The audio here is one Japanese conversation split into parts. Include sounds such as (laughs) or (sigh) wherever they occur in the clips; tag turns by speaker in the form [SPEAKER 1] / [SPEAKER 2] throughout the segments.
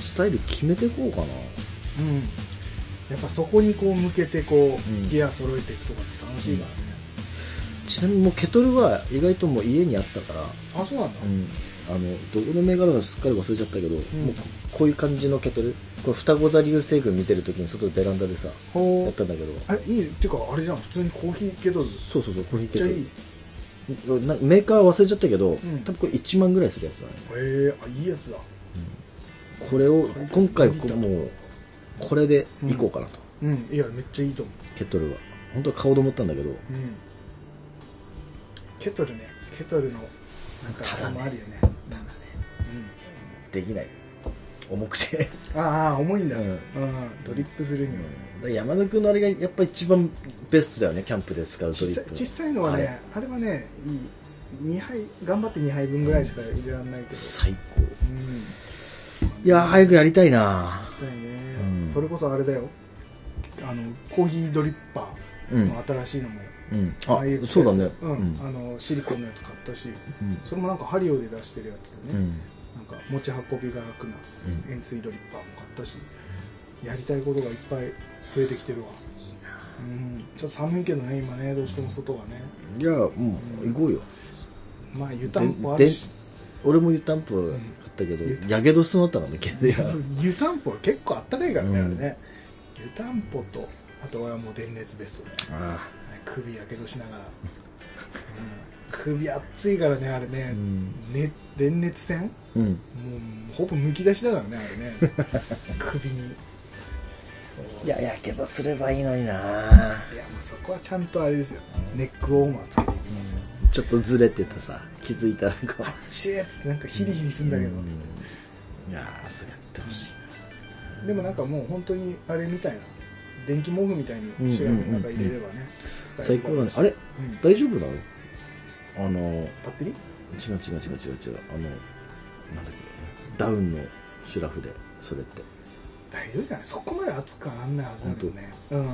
[SPEAKER 1] スタイル決めていこうかな
[SPEAKER 2] うんやっぱそこにこう向けてこう、
[SPEAKER 1] うん
[SPEAKER 2] ギア揃えていくとかって楽しいからね、
[SPEAKER 1] ちなみにもうケトルは意外ともう家にあったから、
[SPEAKER 2] あそうなんだ、
[SPEAKER 1] あのどこの銘柄かすっかり忘れちゃったけど、
[SPEAKER 2] ん
[SPEAKER 1] もうここういう感じのケトルこれ双子座流星群見てる時に外でベランダでさや
[SPEAKER 2] ほ
[SPEAKER 1] ったんだけど
[SPEAKER 2] うえいいっていうかあれじゃん普通にコーヒーケトル
[SPEAKER 1] そうそうそうコーヒー
[SPEAKER 2] め
[SPEAKER 1] ケ
[SPEAKER 2] っち
[SPEAKER 1] ト
[SPEAKER 2] ゃい
[SPEAKER 1] ル
[SPEAKER 2] いへ
[SPEAKER 1] なメーカー忘れちゃったけど、
[SPEAKER 2] ん
[SPEAKER 1] 多分これ1万ぐらいするやつだね
[SPEAKER 2] えあいいやつだ
[SPEAKER 1] これを
[SPEAKER 2] れ
[SPEAKER 1] 今回
[SPEAKER 2] 見た
[SPEAKER 1] こもうこれでいこうかなと、
[SPEAKER 2] うんいやめっちゃいいと思
[SPEAKER 1] ケトルは本当は買おうと思ったんだけど
[SPEAKER 2] ううんケトルねケトルのなんか
[SPEAKER 1] ただね
[SPEAKER 2] もあるよね
[SPEAKER 1] だねできない重くて
[SPEAKER 2] うん、ああ重いんだ、
[SPEAKER 1] う
[SPEAKER 2] うんんドリップするには、
[SPEAKER 1] 山田君のあれがやっぱ一番ベストだよねキャンプで使うド
[SPEAKER 2] 小
[SPEAKER 1] リ
[SPEAKER 2] さい
[SPEAKER 1] ップ
[SPEAKER 2] 小さいのはねあれはねいい2杯頑張って2杯分ぐらいしか入れられないけど
[SPEAKER 1] 最高
[SPEAKER 2] うん
[SPEAKER 1] いやー早くやりたいな
[SPEAKER 2] だよね、
[SPEAKER 1] うん
[SPEAKER 2] それこそあれだよあのコーヒードリッパーの新しいのも、
[SPEAKER 1] うん
[SPEAKER 2] ああい
[SPEAKER 1] あ
[SPEAKER 2] う
[SPEAKER 1] そうだね
[SPEAKER 2] うん
[SPEAKER 1] うん
[SPEAKER 2] あのシリコンのやつ買ったし
[SPEAKER 1] うん
[SPEAKER 2] それもなんかハリオで出してるやつで
[SPEAKER 1] う
[SPEAKER 2] ね、
[SPEAKER 1] ん
[SPEAKER 2] なんか持ち運びが楽な
[SPEAKER 1] うん
[SPEAKER 2] 円錐ドリッパーも買ったし、やりたいことがいっぱい増えてきてるわうん、ちょっと寒いけどね今ねどうしても外はね
[SPEAKER 1] いやもう行こうよ
[SPEAKER 2] まあ湯たんぽあるし
[SPEAKER 1] で俺も湯たんぽ買ったけ
[SPEAKER 2] う
[SPEAKER 1] ど
[SPEAKER 2] ん
[SPEAKER 1] やけどし (laughs) そうになったからねけどいや
[SPEAKER 2] (laughs) 湯たんぽは結構あったかいからね、
[SPEAKER 1] うん
[SPEAKER 2] あれね湯たんぽとあと俺はもう電熱ベストだ
[SPEAKER 1] あ
[SPEAKER 2] 首やけどしながら、うん首熱いからねあれね,、
[SPEAKER 1] ん
[SPEAKER 2] ね電熱線
[SPEAKER 1] ーうん
[SPEAKER 2] もうほぼむき出しだからねあれ (laughs) ね首に
[SPEAKER 1] いややけどすればいいのにない
[SPEAKER 2] やもうそこはちゃんとあれですよネックウォーマーつけていきますよ、
[SPEAKER 1] ちょっとずれててさ気づいたらこう
[SPEAKER 2] シェーっつってなんかヒリヒリすんだけどつっ
[SPEAKER 1] いやーそうやってほしい
[SPEAKER 2] てでもなんかもう本当にあれみたいな電気毛布みたいにシェアの中入れればね、使え
[SPEAKER 1] 最
[SPEAKER 2] るか
[SPEAKER 1] 高
[SPEAKER 2] も
[SPEAKER 1] だねあ
[SPEAKER 2] れ、
[SPEAKER 1] れ
[SPEAKER 2] うん、
[SPEAKER 1] 大丈夫なのあの違う
[SPEAKER 2] バッテリー
[SPEAKER 1] 違う違う違う違うあのなんだっけダウンのシュラフでそれって
[SPEAKER 2] 大丈夫じゃないそこまで熱くはなんないはずだけどねうん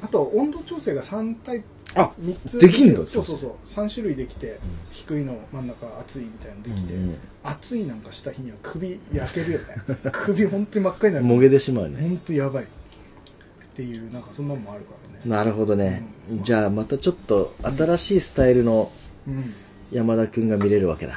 [SPEAKER 2] あと温度調整が3タイプ
[SPEAKER 1] あ
[SPEAKER 2] 三つ
[SPEAKER 1] できんだ
[SPEAKER 2] そうそうそう3種類できて、低いの真ん中熱いみたいなのできて、
[SPEAKER 1] うんうん
[SPEAKER 2] 熱いなんかした日には首焼けるよね (laughs) 首本当に真っ赤になる
[SPEAKER 1] もげてしまうね
[SPEAKER 2] 本当やばいっていうなんかそんなのもあるからね
[SPEAKER 1] なるほどね
[SPEAKER 2] うん
[SPEAKER 1] じゃあまたちょっと新しいスタイルの
[SPEAKER 2] うん
[SPEAKER 1] 山田くんが見れるわけだ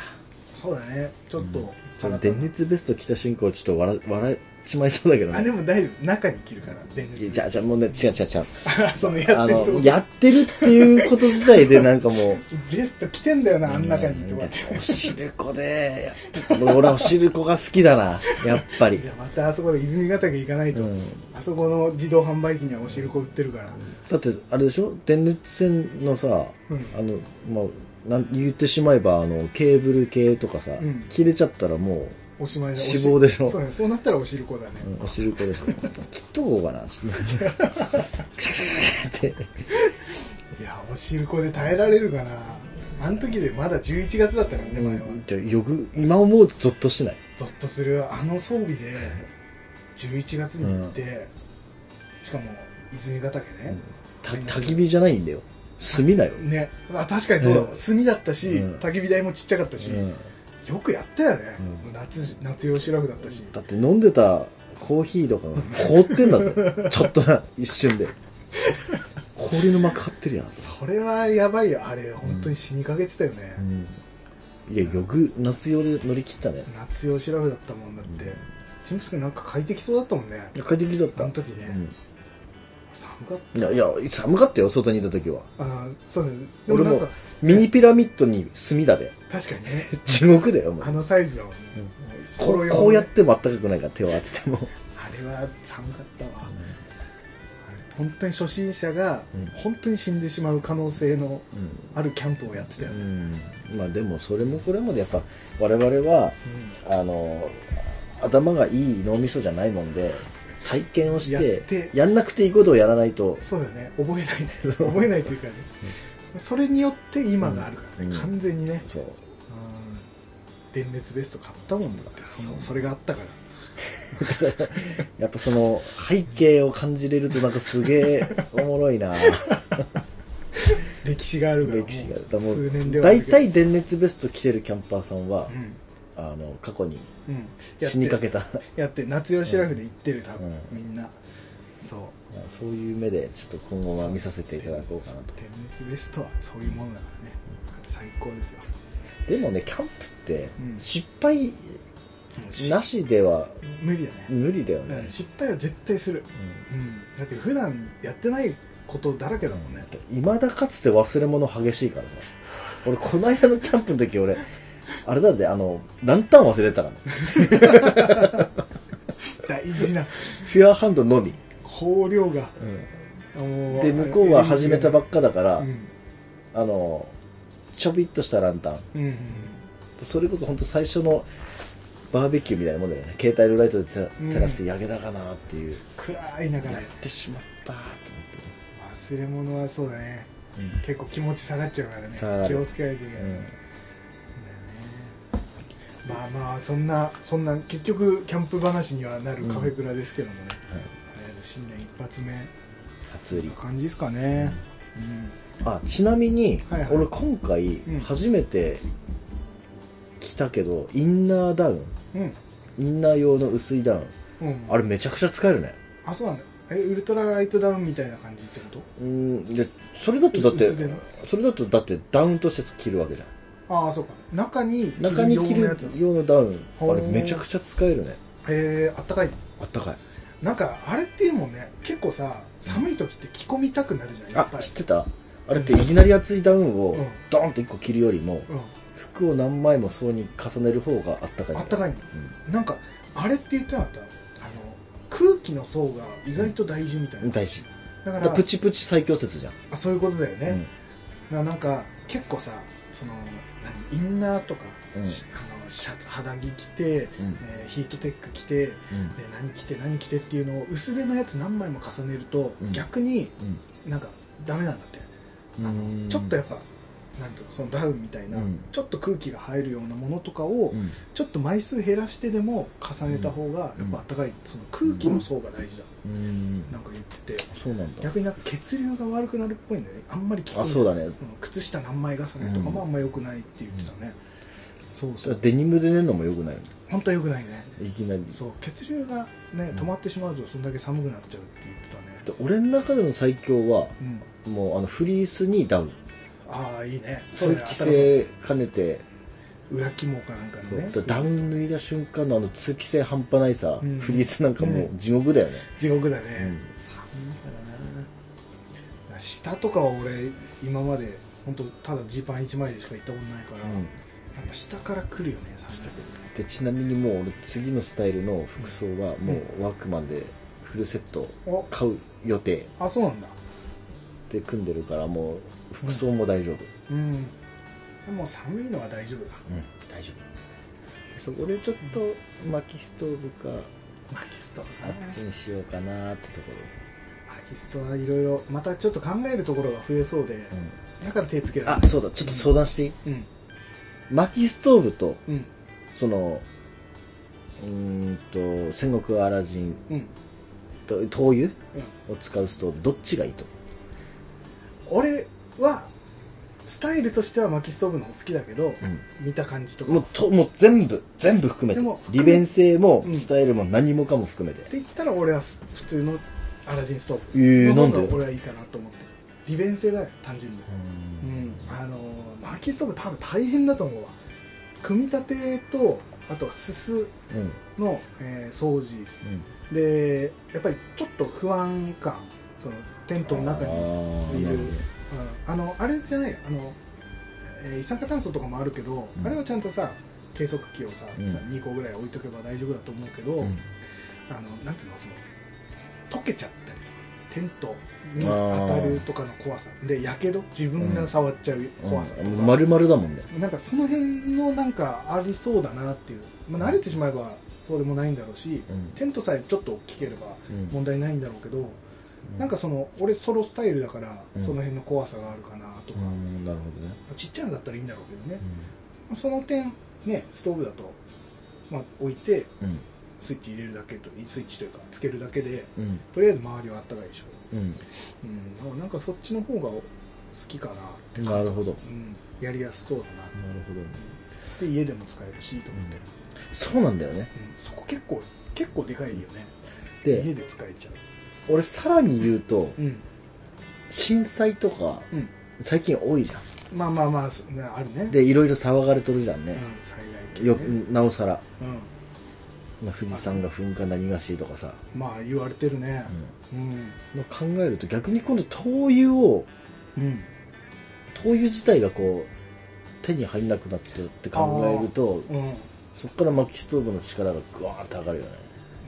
[SPEAKER 2] そうだねちょっと
[SPEAKER 1] ちょっと
[SPEAKER 2] 新た
[SPEAKER 1] 電
[SPEAKER 2] な
[SPEAKER 1] 熱ベスト着た瞬間ちょっと笑笑えちまいそうだけど
[SPEAKER 2] あで
[SPEAKER 1] ね
[SPEAKER 2] も大丈夫中に切るから電熱
[SPEAKER 1] いやじゃあじゃあもうね違う違う違う
[SPEAKER 2] (laughs) そのや
[SPEAKER 1] あ
[SPEAKER 2] ってるとこ
[SPEAKER 1] のやってるっていうこと自体でなんかもう
[SPEAKER 2] ベスト来てんだよ (laughs) なあん中にとかって
[SPEAKER 1] おしるこでやって俺おしるこが好きだなやっぱり
[SPEAKER 2] (laughs) じゃあまたあそこで泉ヶ岳行かないと、
[SPEAKER 1] うん
[SPEAKER 2] あそこの自動販売機にはおしるこ売ってるから、
[SPEAKER 1] だってあれでしょ電熱線のさ、
[SPEAKER 2] うん
[SPEAKER 1] あのまあなん言ってしまえばあのケーブル系とかさ、
[SPEAKER 2] ん
[SPEAKER 1] 切れちゃったらも
[SPEAKER 2] おしまいだ
[SPEAKER 1] 死亡でしょ
[SPEAKER 2] おそうねそうなったらおしるこだね、
[SPEAKER 1] う、うんおしるこでしょ (laughs) 切っとこうかな (laughs) ちょっとクシャクシャクシャクシャって
[SPEAKER 2] いやおしるこで耐えられるかなあの時でまだ11月だったからね前は、
[SPEAKER 1] でよく今思うとゾッとしない
[SPEAKER 2] ゾッとするあの装備で11月に行って、しかも泉ヶ岳ね、
[SPEAKER 1] た焚き火じゃないんだよ炭だよ、
[SPEAKER 2] ねあ確かにそうだ、
[SPEAKER 1] うん
[SPEAKER 2] 炭だったし、
[SPEAKER 1] うん
[SPEAKER 2] 焚き火台もちっちゃかったし、
[SPEAKER 1] うん
[SPEAKER 2] よくやったよね、
[SPEAKER 1] うん
[SPEAKER 2] 夏夏用シラフだったし
[SPEAKER 1] だって飲んでたコーヒーとかが凍ってんだぜ (laughs) ちょっとな一瞬
[SPEAKER 2] (laughs)
[SPEAKER 1] で氷の膜張ってるやん、
[SPEAKER 2] それはやばいよあれ本当に死にかけてたよね、
[SPEAKER 1] うん、いやよく夏用で乗り切ったね
[SPEAKER 2] 夏用シラフだったもんだって、チンプス君なんか快適そうだったもんね
[SPEAKER 1] 快適だった
[SPEAKER 2] あの時ね
[SPEAKER 1] うん
[SPEAKER 2] 寒かっ
[SPEAKER 1] いやいや寒かったよ外にいた時は
[SPEAKER 2] たああそうだねでも
[SPEAKER 1] 俺
[SPEAKER 2] なん
[SPEAKER 1] も
[SPEAKER 2] か
[SPEAKER 1] ミニピラミッドに炭だで
[SPEAKER 2] 確か
[SPEAKER 1] (laughs)
[SPEAKER 2] にね
[SPEAKER 1] 地獄だよもう
[SPEAKER 2] あのサイズだもんね、
[SPEAKER 1] こ
[SPEAKER 2] ソロ用の
[SPEAKER 1] こうやってもあったかくないから手を当てても
[SPEAKER 2] あれは寒かったわ、あれ本当に初心者が
[SPEAKER 1] うん
[SPEAKER 2] 本当に死んでしまう可能性のあるキャンプをやってたよ
[SPEAKER 1] う
[SPEAKER 2] ね、
[SPEAKER 1] んまあでもそれもこれもでやっぱ我々はあの頭がいい脳みそじゃないもんで体験をしてや
[SPEAKER 2] やって
[SPEAKER 1] んなくていいことをやらないと
[SPEAKER 2] そうだよね
[SPEAKER 1] (laughs)
[SPEAKER 2] 覚えないね覚えないというかねそれによって今があるからね、
[SPEAKER 1] うん
[SPEAKER 2] 完全にね、
[SPEAKER 1] そう
[SPEAKER 2] うん、電熱ベスト買ったもんだってそのそれがあったから
[SPEAKER 1] やっぱその背景を感じれるとなんかすげ
[SPEAKER 2] (laughs)
[SPEAKER 1] えおもろいな
[SPEAKER 2] 歴史があるからもう
[SPEAKER 1] 歴史がだからも
[SPEAKER 2] 数年で
[SPEAKER 1] う
[SPEAKER 2] はあ
[SPEAKER 1] 大
[SPEAKER 2] るけど
[SPEAKER 1] 体電熱ベスト着てるキャンパーさんは
[SPEAKER 2] う、ん
[SPEAKER 1] あの過去に
[SPEAKER 2] うんやって
[SPEAKER 1] 死にかけた
[SPEAKER 2] やって夏吉ライフで行ってる多分、
[SPEAKER 1] うん
[SPEAKER 2] みんなそう
[SPEAKER 1] (laughs) そういう目でちょっと今後は見させていただこうかなと
[SPEAKER 2] 天滅ベストはそういうものだからね最高ですよ
[SPEAKER 1] でもねキャンプって
[SPEAKER 2] うん
[SPEAKER 1] 失敗
[SPEAKER 2] もうし
[SPEAKER 1] なしでは
[SPEAKER 2] 無理だね、
[SPEAKER 1] 無理だよ
[SPEAKER 2] うん
[SPEAKER 1] ね、
[SPEAKER 2] 失敗は絶対する、うん、だって普段やってないことだらけだもんね、
[SPEAKER 1] いまだかつて忘れ物激しいからね俺この間のキャンプの時俺あれだってあのランタン忘れて (laughs) たからね
[SPEAKER 2] 大
[SPEAKER 1] (laughs)
[SPEAKER 2] 事な
[SPEAKER 1] フィアハンドのみ、
[SPEAKER 2] 香料が、も
[SPEAKER 1] で向こうは始めたばっかだから、
[SPEAKER 2] うん
[SPEAKER 1] あのちょびっとしたランタン
[SPEAKER 2] うんうん
[SPEAKER 1] それこそ本当最初のバーベキューみたいなもんだよね携帯のライトで照ら照らして焼けたかなっていう、
[SPEAKER 2] 暗い中で
[SPEAKER 1] やってしまったと思っ
[SPEAKER 2] 忘れ物はそうだね
[SPEAKER 1] て、
[SPEAKER 2] 結構気持ち下がっちゃうから
[SPEAKER 1] 下が
[SPEAKER 2] ね
[SPEAKER 1] る
[SPEAKER 2] 気をつけないといけない、
[SPEAKER 1] うん
[SPEAKER 2] まあまあそんなそんな結局キャンプ話にはなるカフェクラですけどもね、とりあえず新年一発目
[SPEAKER 1] 初売り
[SPEAKER 2] な感じですかね、
[SPEAKER 1] あちなみに、
[SPEAKER 2] はいはい
[SPEAKER 1] 俺今回
[SPEAKER 2] うん
[SPEAKER 1] 初めて着たけど、インナーダウン
[SPEAKER 2] うんうん
[SPEAKER 1] インナー用の薄いダウン
[SPEAKER 2] うん
[SPEAKER 1] あれめちゃくちゃ使えるね
[SPEAKER 2] あそうなんだえウルトラライトダウンみたいな感じってこ
[SPEAKER 1] うんいやそれだとだっ
[SPEAKER 2] 薄手
[SPEAKER 1] て
[SPEAKER 2] の
[SPEAKER 1] それだとだってダウンとして着るわけじゃん
[SPEAKER 2] とああそうか中に
[SPEAKER 1] 中に
[SPEAKER 2] 着
[SPEAKER 1] 着
[SPEAKER 2] る用の
[SPEAKER 1] る
[SPEAKER 2] やつ
[SPEAKER 1] 用のダウン
[SPEAKER 2] ほ
[SPEAKER 1] あ
[SPEAKER 2] う
[SPEAKER 1] れめちゃくちゃ使えるね
[SPEAKER 2] えー、あったかい
[SPEAKER 1] あったかい
[SPEAKER 2] なんかあれっていうもんね結構さ寒い時って着込みたくなるじゃないやっ
[SPEAKER 1] あ
[SPEAKER 2] ぱり
[SPEAKER 1] 知ってたあれっていきなり熱いダウンを
[SPEAKER 2] うん
[SPEAKER 1] ドーンと1個着るよりも服を何枚もそうに重ねる方があったかい
[SPEAKER 2] うんあったかいの
[SPEAKER 1] う
[SPEAKER 2] なんかあれって言ってなかったあの空気の層が意外と大事みたいな、
[SPEAKER 1] ん大事
[SPEAKER 2] だか
[SPEAKER 1] だ
[SPEAKER 2] ら
[SPEAKER 1] からプチプチ最強説じゃん
[SPEAKER 2] あそういうことだよ
[SPEAKER 1] うん
[SPEAKER 2] ね、ななんか結構さその何インナーとか、
[SPEAKER 1] うん
[SPEAKER 2] しあのシャツ肌着着て、
[SPEAKER 1] うん
[SPEAKER 2] ねヒートテック着て、ね、
[SPEAKER 1] うん
[SPEAKER 2] 何着て何着てっていうのを薄手のやつ何枚も重ねると、
[SPEAKER 1] うん
[SPEAKER 2] 逆に
[SPEAKER 1] うん
[SPEAKER 2] なんかダメなんだってあ
[SPEAKER 1] うん
[SPEAKER 2] のちょっとやっぱなんていうのそのダウンみたいな、
[SPEAKER 1] うん
[SPEAKER 2] ちょっと空気が入るようなものとかを、
[SPEAKER 1] うん
[SPEAKER 2] ちょっと枚数減らしてでも重ねた方がやっぱ暖かい、その空気の層が大事だ、
[SPEAKER 1] うん
[SPEAKER 2] なんか言ってて
[SPEAKER 1] そうなんだ
[SPEAKER 2] 逆になんか血流が悪くなるっぽいんだよねあんまり聞く
[SPEAKER 1] あそうだね
[SPEAKER 2] 靴下何枚重ねとかもあんま良くないって言ってたね、そうそう
[SPEAKER 1] デニムで寝るのもよくないよ
[SPEAKER 2] 本当は良くないね
[SPEAKER 1] ねいきなり
[SPEAKER 2] そう血流がね止まってしまうとそんだけ寒くなっちゃうって言ってたね
[SPEAKER 1] で俺の中での最強は
[SPEAKER 2] うん
[SPEAKER 1] もうあのフリースにダウン
[SPEAKER 2] ああいいね
[SPEAKER 1] そういう規
[SPEAKER 2] 新しい
[SPEAKER 1] 制兼ねて
[SPEAKER 2] 裏肝かなんかの
[SPEAKER 1] そう
[SPEAKER 2] ね
[SPEAKER 1] だからダウン脱いだ瞬間のあの通気性半端ないさ
[SPEAKER 2] うん
[SPEAKER 1] フリースなんかもう地獄だよね
[SPEAKER 2] 地獄だね、
[SPEAKER 1] うん
[SPEAKER 2] 寒さだな下とかは俺今まで本当ただジーパン1枚でしか行ったことないから、
[SPEAKER 1] うん
[SPEAKER 2] やっぱ下から来るよね寒さ
[SPEAKER 1] でちなみにもう俺次のスタイルの服装はもうワークマンでフルセット
[SPEAKER 2] お
[SPEAKER 1] 買う予定
[SPEAKER 2] あそうなんだ
[SPEAKER 1] で組んでるからもう服装も大丈夫、
[SPEAKER 2] うんでも寒いのは大丈夫だ
[SPEAKER 1] 大丈夫そこでちょっと薪ストーブか
[SPEAKER 2] 薪スト
[SPEAKER 1] あっちにしようかなってとこ
[SPEAKER 2] 薪ストはいろいろまたちょっと考えるところが増えそうで、
[SPEAKER 1] ろ、
[SPEAKER 2] だから手つけられ
[SPEAKER 1] あ
[SPEAKER 2] ない
[SPEAKER 1] そうだちょっと相談していい
[SPEAKER 2] うん
[SPEAKER 1] 薪ストーブと
[SPEAKER 2] うん
[SPEAKER 1] そのうーんと戦国アラジン
[SPEAKER 2] うん
[SPEAKER 1] と灯油
[SPEAKER 2] うん
[SPEAKER 1] を使うストーブどっちがいいと
[SPEAKER 2] 俺はスタイルとしては薪ストーブの方好きだけど、見た感じとか
[SPEAKER 1] もうともう全部全部含
[SPEAKER 2] で
[SPEAKER 1] め
[SPEAKER 2] も
[SPEAKER 1] て利便性も
[SPEAKER 2] うん
[SPEAKER 1] スタイルも何もかも含めて
[SPEAKER 2] って言ったら俺はす普通のアラジンストーブ
[SPEAKER 1] えー
[SPEAKER 2] の方
[SPEAKER 1] なんで
[SPEAKER 2] が俺はいいかなと思ってる利便性だよ単純にうんあのー薪ストーブ多分大変だと思うわ組み立てとあとはすす
[SPEAKER 1] うんうん
[SPEAKER 2] の、えー掃除でやっぱりちょっと不安感そのテントの中にいるあ,、うん、あのあれじゃないあの、えー一酸化炭素とかもあるけど、
[SPEAKER 1] うん
[SPEAKER 2] あれはちゃんとさ計測器をさ、
[SPEAKER 1] うん
[SPEAKER 2] 2個ぐらい置いとけば大丈夫だと思うけど、あのなんていうのその溶けちゃったりとかテントに当たるとかの怖さでやけど自分が触っちゃう怖さとか、
[SPEAKER 1] まるまるだもんね
[SPEAKER 2] なんかその辺のなんかありそうだなっていう、まあ、慣れてしまえばそうでもないんだろうし、
[SPEAKER 1] うん
[SPEAKER 2] テントさえちょっと大きければ
[SPEAKER 1] うん
[SPEAKER 2] 問題ないんだろうけど、なんかその俺ソロスタイルだから、
[SPEAKER 1] うん
[SPEAKER 2] その辺の怖さがあるかなとか、
[SPEAKER 1] うんなるほどね
[SPEAKER 2] ちっちゃいのだったらいいんだろうけどね、その点ねストーブだと、まあ、置いて
[SPEAKER 1] うん
[SPEAKER 2] スイッチ入れるだけとスイッチというかつけるだけで
[SPEAKER 1] うん
[SPEAKER 2] とりあえず周りはあったかいでしょ、
[SPEAKER 1] うん
[SPEAKER 2] うん、だからなんかそっちの方が好きかなって
[SPEAKER 1] なるほど
[SPEAKER 2] うん、やりやすそうだな
[SPEAKER 1] なるほどね
[SPEAKER 2] で家でも使えるしと思って、
[SPEAKER 1] そうなんだよね
[SPEAKER 2] うんそこ結構結構でかいよね家
[SPEAKER 1] で
[SPEAKER 2] で使えちゃ
[SPEAKER 1] 俺さらに言うと
[SPEAKER 2] ううん
[SPEAKER 1] 震災とか
[SPEAKER 2] うん
[SPEAKER 1] 最近多いじゃん
[SPEAKER 2] まあまあまあそねあるね
[SPEAKER 1] でいろいろ騒がれとるじゃん
[SPEAKER 2] う
[SPEAKER 1] ね、
[SPEAKER 2] ん災害系ね
[SPEAKER 1] よなおさら
[SPEAKER 2] うん
[SPEAKER 1] 富士山が噴火何がしとかさ、
[SPEAKER 2] まあ言われてるねうん
[SPEAKER 1] の考えると逆に今度灯油を
[SPEAKER 2] うん
[SPEAKER 1] 灯油自体がこう手に入んなくなってるって考えると
[SPEAKER 2] うん
[SPEAKER 1] そこから薪ストーブの力がグワーンと上がるよね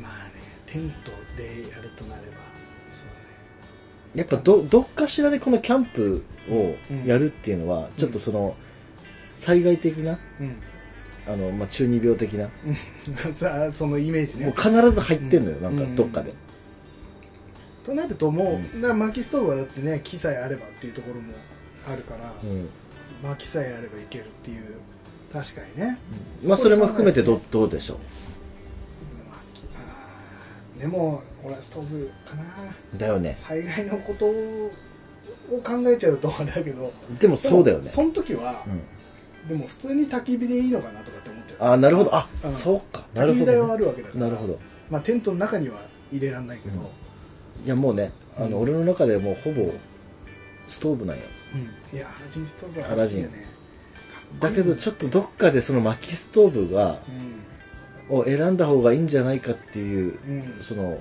[SPEAKER 2] まあねテントでやるとなればそう
[SPEAKER 1] やっぱどどっかしらでこのキャンプをやるっていうのは、ちょっとその災害的な
[SPEAKER 2] だね
[SPEAKER 1] あの、まあ、中二病的な、
[SPEAKER 2] うん (laughs) さあそのイメージ
[SPEAKER 1] も
[SPEAKER 2] ね
[SPEAKER 1] う必ず入ってんのよ、
[SPEAKER 2] うん
[SPEAKER 1] なんかどっかで、
[SPEAKER 2] となるともう、
[SPEAKER 1] うん
[SPEAKER 2] だから薪ストーブはだってね木さえあればっていうところもあるから、
[SPEAKER 1] うん
[SPEAKER 2] 薪さえあればいけるっていう確かにね
[SPEAKER 1] まあそれも含めてどうどうでしょ
[SPEAKER 2] 薪あーでも俺はストーブかな
[SPEAKER 1] うだよね
[SPEAKER 2] 災害のことを考えちゃうとあれだけど
[SPEAKER 1] でもそうだよ
[SPEAKER 2] で
[SPEAKER 1] ね
[SPEAKER 2] もその時は
[SPEAKER 1] う、ん、
[SPEAKER 2] でも普通に焚き火でいいのかなとかって思っちゃう
[SPEAKER 1] ああなるほどあ、
[SPEAKER 2] うん
[SPEAKER 1] そうかなる
[SPEAKER 2] 焚き
[SPEAKER 1] ほ
[SPEAKER 2] 火台は
[SPEAKER 1] ど
[SPEAKER 2] あ
[SPEAKER 1] ね、
[SPEAKER 2] るわけだから
[SPEAKER 1] なるほど
[SPEAKER 2] まあテントの中には入れらんないけど、
[SPEAKER 1] いやもうねあの、
[SPEAKER 2] うん
[SPEAKER 1] 俺の中でもうほぼストーブなんよ
[SPEAKER 2] うんいやアラジンストーブは欲しいよね
[SPEAKER 1] だけど
[SPEAKER 2] かっ
[SPEAKER 1] ちょっとどっかでその薪ストーブが
[SPEAKER 2] こいいね
[SPEAKER 1] を選んだ方がいいんじゃないかっていう
[SPEAKER 2] うんうん
[SPEAKER 1] その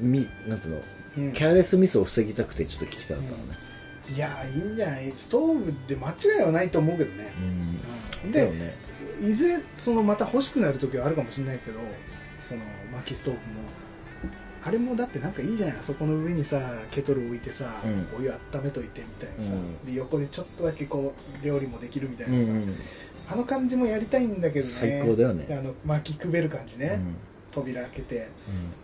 [SPEAKER 1] みなんつうの
[SPEAKER 2] うん
[SPEAKER 1] ケアレスミスを防ぎたくてちょっと聞きたかったのね、
[SPEAKER 2] いやいいんじゃないストーブって間違いはないと思うけどね
[SPEAKER 1] う、ん
[SPEAKER 2] うん
[SPEAKER 1] だよ
[SPEAKER 2] で、
[SPEAKER 1] ね
[SPEAKER 2] いずれそのまた欲しくなる時はあるかもしれないけどその薪ストーブもあれもだってなんかいいじゃないあそこの上にさケトル置いてさ、
[SPEAKER 1] うん
[SPEAKER 2] お湯温めといてみたいなさ、
[SPEAKER 1] うん
[SPEAKER 2] で横でちょっとだけこう料理もできるみたいうなんさ、あの感じもやりたいんだけどね
[SPEAKER 1] 最高だよね
[SPEAKER 2] あの薪くべる感じね、
[SPEAKER 1] うん
[SPEAKER 2] 扉開けて
[SPEAKER 1] うん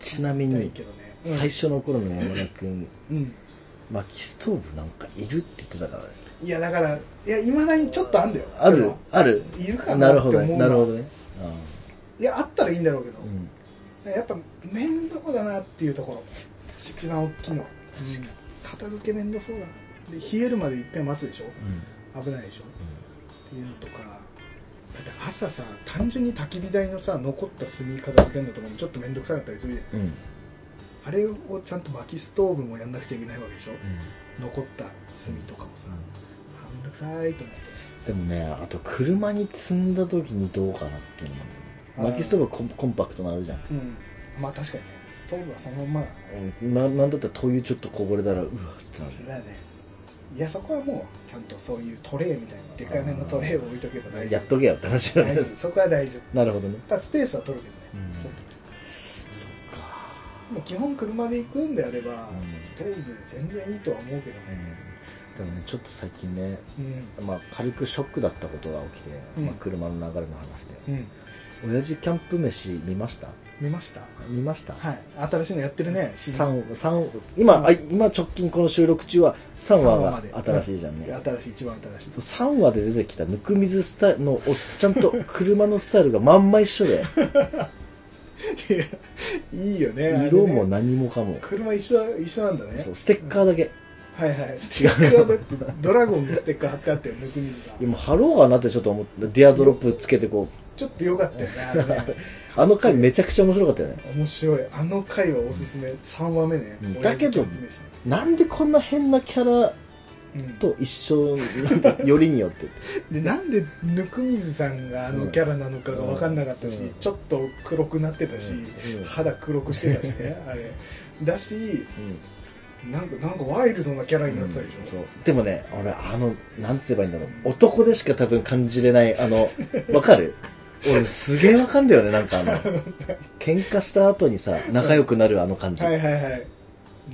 [SPEAKER 1] ちなみ
[SPEAKER 2] ない
[SPEAKER 1] に
[SPEAKER 2] けどね、うん
[SPEAKER 1] 最初の頃の山田君
[SPEAKER 2] うん
[SPEAKER 1] 薪ストーブなんかいるって言ってたからね
[SPEAKER 2] いやだからいやいまだにちょっとあんだよ
[SPEAKER 1] あ
[SPEAKER 2] そ
[SPEAKER 1] る
[SPEAKER 2] の
[SPEAKER 1] ある
[SPEAKER 2] いるか
[SPEAKER 1] な
[SPEAKER 2] な
[SPEAKER 1] る
[SPEAKER 2] って
[SPEAKER 1] ほど
[SPEAKER 2] 思う
[SPEAKER 1] ね
[SPEAKER 2] の
[SPEAKER 1] なるほどね
[SPEAKER 2] いやあったらいいんだろうけど
[SPEAKER 1] あ、ーうん
[SPEAKER 2] やっぱ面倒だなっていうところ一番大きいのうん片付け面倒そうだなで冷えるまで一回待つでしょ
[SPEAKER 1] うん
[SPEAKER 2] 危ないでしょっていうのとかだって朝さ単純に焚き火台のさ残った炭片付けるのとかもちょっと面倒くさかったりするじゃん
[SPEAKER 1] うんうん
[SPEAKER 2] あれをちゃんと薪ストーブもやんなくちゃいけないわけでしょ残った炭とかもさあ面倒くさいと思っ
[SPEAKER 1] で
[SPEAKER 2] て
[SPEAKER 1] もねあと車に積んだ時にどうかなっていうのも
[SPEAKER 2] あー
[SPEAKER 1] 薪ストーブはコンコンパクトなるじゃん
[SPEAKER 2] うんまあ確かにねストーブはそのまんまだね
[SPEAKER 1] うんななんだったら灯油ちょっとこぼれたらうわってなる
[SPEAKER 2] だよねいやそこはもうちゃんとそういうトレイみたいなでかめのトレイを置いとけば大丈夫
[SPEAKER 1] やっとけよって話だ
[SPEAKER 2] 大
[SPEAKER 1] ね
[SPEAKER 2] 丈夫そこは大丈夫
[SPEAKER 1] なるほどね
[SPEAKER 2] ただスペースは取るけどね、
[SPEAKER 1] うん
[SPEAKER 2] ちょっと
[SPEAKER 1] そっか
[SPEAKER 2] でも基本車で行くんであれば、
[SPEAKER 1] うん
[SPEAKER 2] ストーブで全然いいとは思うけどね
[SPEAKER 1] でもねちょっと最近ね、
[SPEAKER 2] うん
[SPEAKER 1] まあ、軽くショックだったことが起きて、
[SPEAKER 2] うん
[SPEAKER 1] まあ、車の流れの話
[SPEAKER 2] う
[SPEAKER 1] で
[SPEAKER 2] ん
[SPEAKER 1] 親父キャンプ飯見ました
[SPEAKER 2] 見ました
[SPEAKER 1] 見ました、
[SPEAKER 2] はい新しいのやってるねシリーズ
[SPEAKER 1] 三三今あ今直近この収録中は3話
[SPEAKER 2] 三話ま
[SPEAKER 1] が
[SPEAKER 2] で
[SPEAKER 1] 新しいじゃんね、
[SPEAKER 2] 新しい一番新しい (laughs)
[SPEAKER 1] 3話で出てきたぬくみずスタイルのおっちゃんと車のスタイルがまんま一緒
[SPEAKER 2] (laughs)
[SPEAKER 1] で
[SPEAKER 2] いやいいよねあれね
[SPEAKER 1] 色も何もかも、
[SPEAKER 2] 車一緒だ一緒なんだね
[SPEAKER 1] そうステッカーだけ、
[SPEAKER 2] はいはいステッカーだってドラゴンのステッカー貼ってあったよぬくみずさん
[SPEAKER 1] 今貼ろうかなってちょっと思ってディアドロップつけてこう
[SPEAKER 2] ちょっとよかったよねあれね
[SPEAKER 1] あの回めちゃくちゃ面白かったよね
[SPEAKER 2] 面白いあの回はおすすめ3話目ね、
[SPEAKER 1] うんだけど
[SPEAKER 2] 親父キャンプ飯
[SPEAKER 1] なんでこんな変なキャラ
[SPEAKER 2] うん
[SPEAKER 1] と一緒なんだよりによって
[SPEAKER 2] でなんで温水さんがあのキャラなのかが分かんなかったし、
[SPEAKER 1] うん
[SPEAKER 2] ちょっと黒くなってたし、
[SPEAKER 1] うん
[SPEAKER 2] 肌黒くしてたし
[SPEAKER 1] (laughs)
[SPEAKER 2] ねあれだし
[SPEAKER 1] うん
[SPEAKER 2] なんかなんかワイルドなキャラになってたでしょ、
[SPEAKER 1] そうでもね俺あのなんて言えばいいんだろう男でしか多分感じれないあのわかる俺すげえわかんだよねなんかあの喧嘩した後にさ仲良くなるあの感じ、
[SPEAKER 2] はいはいはい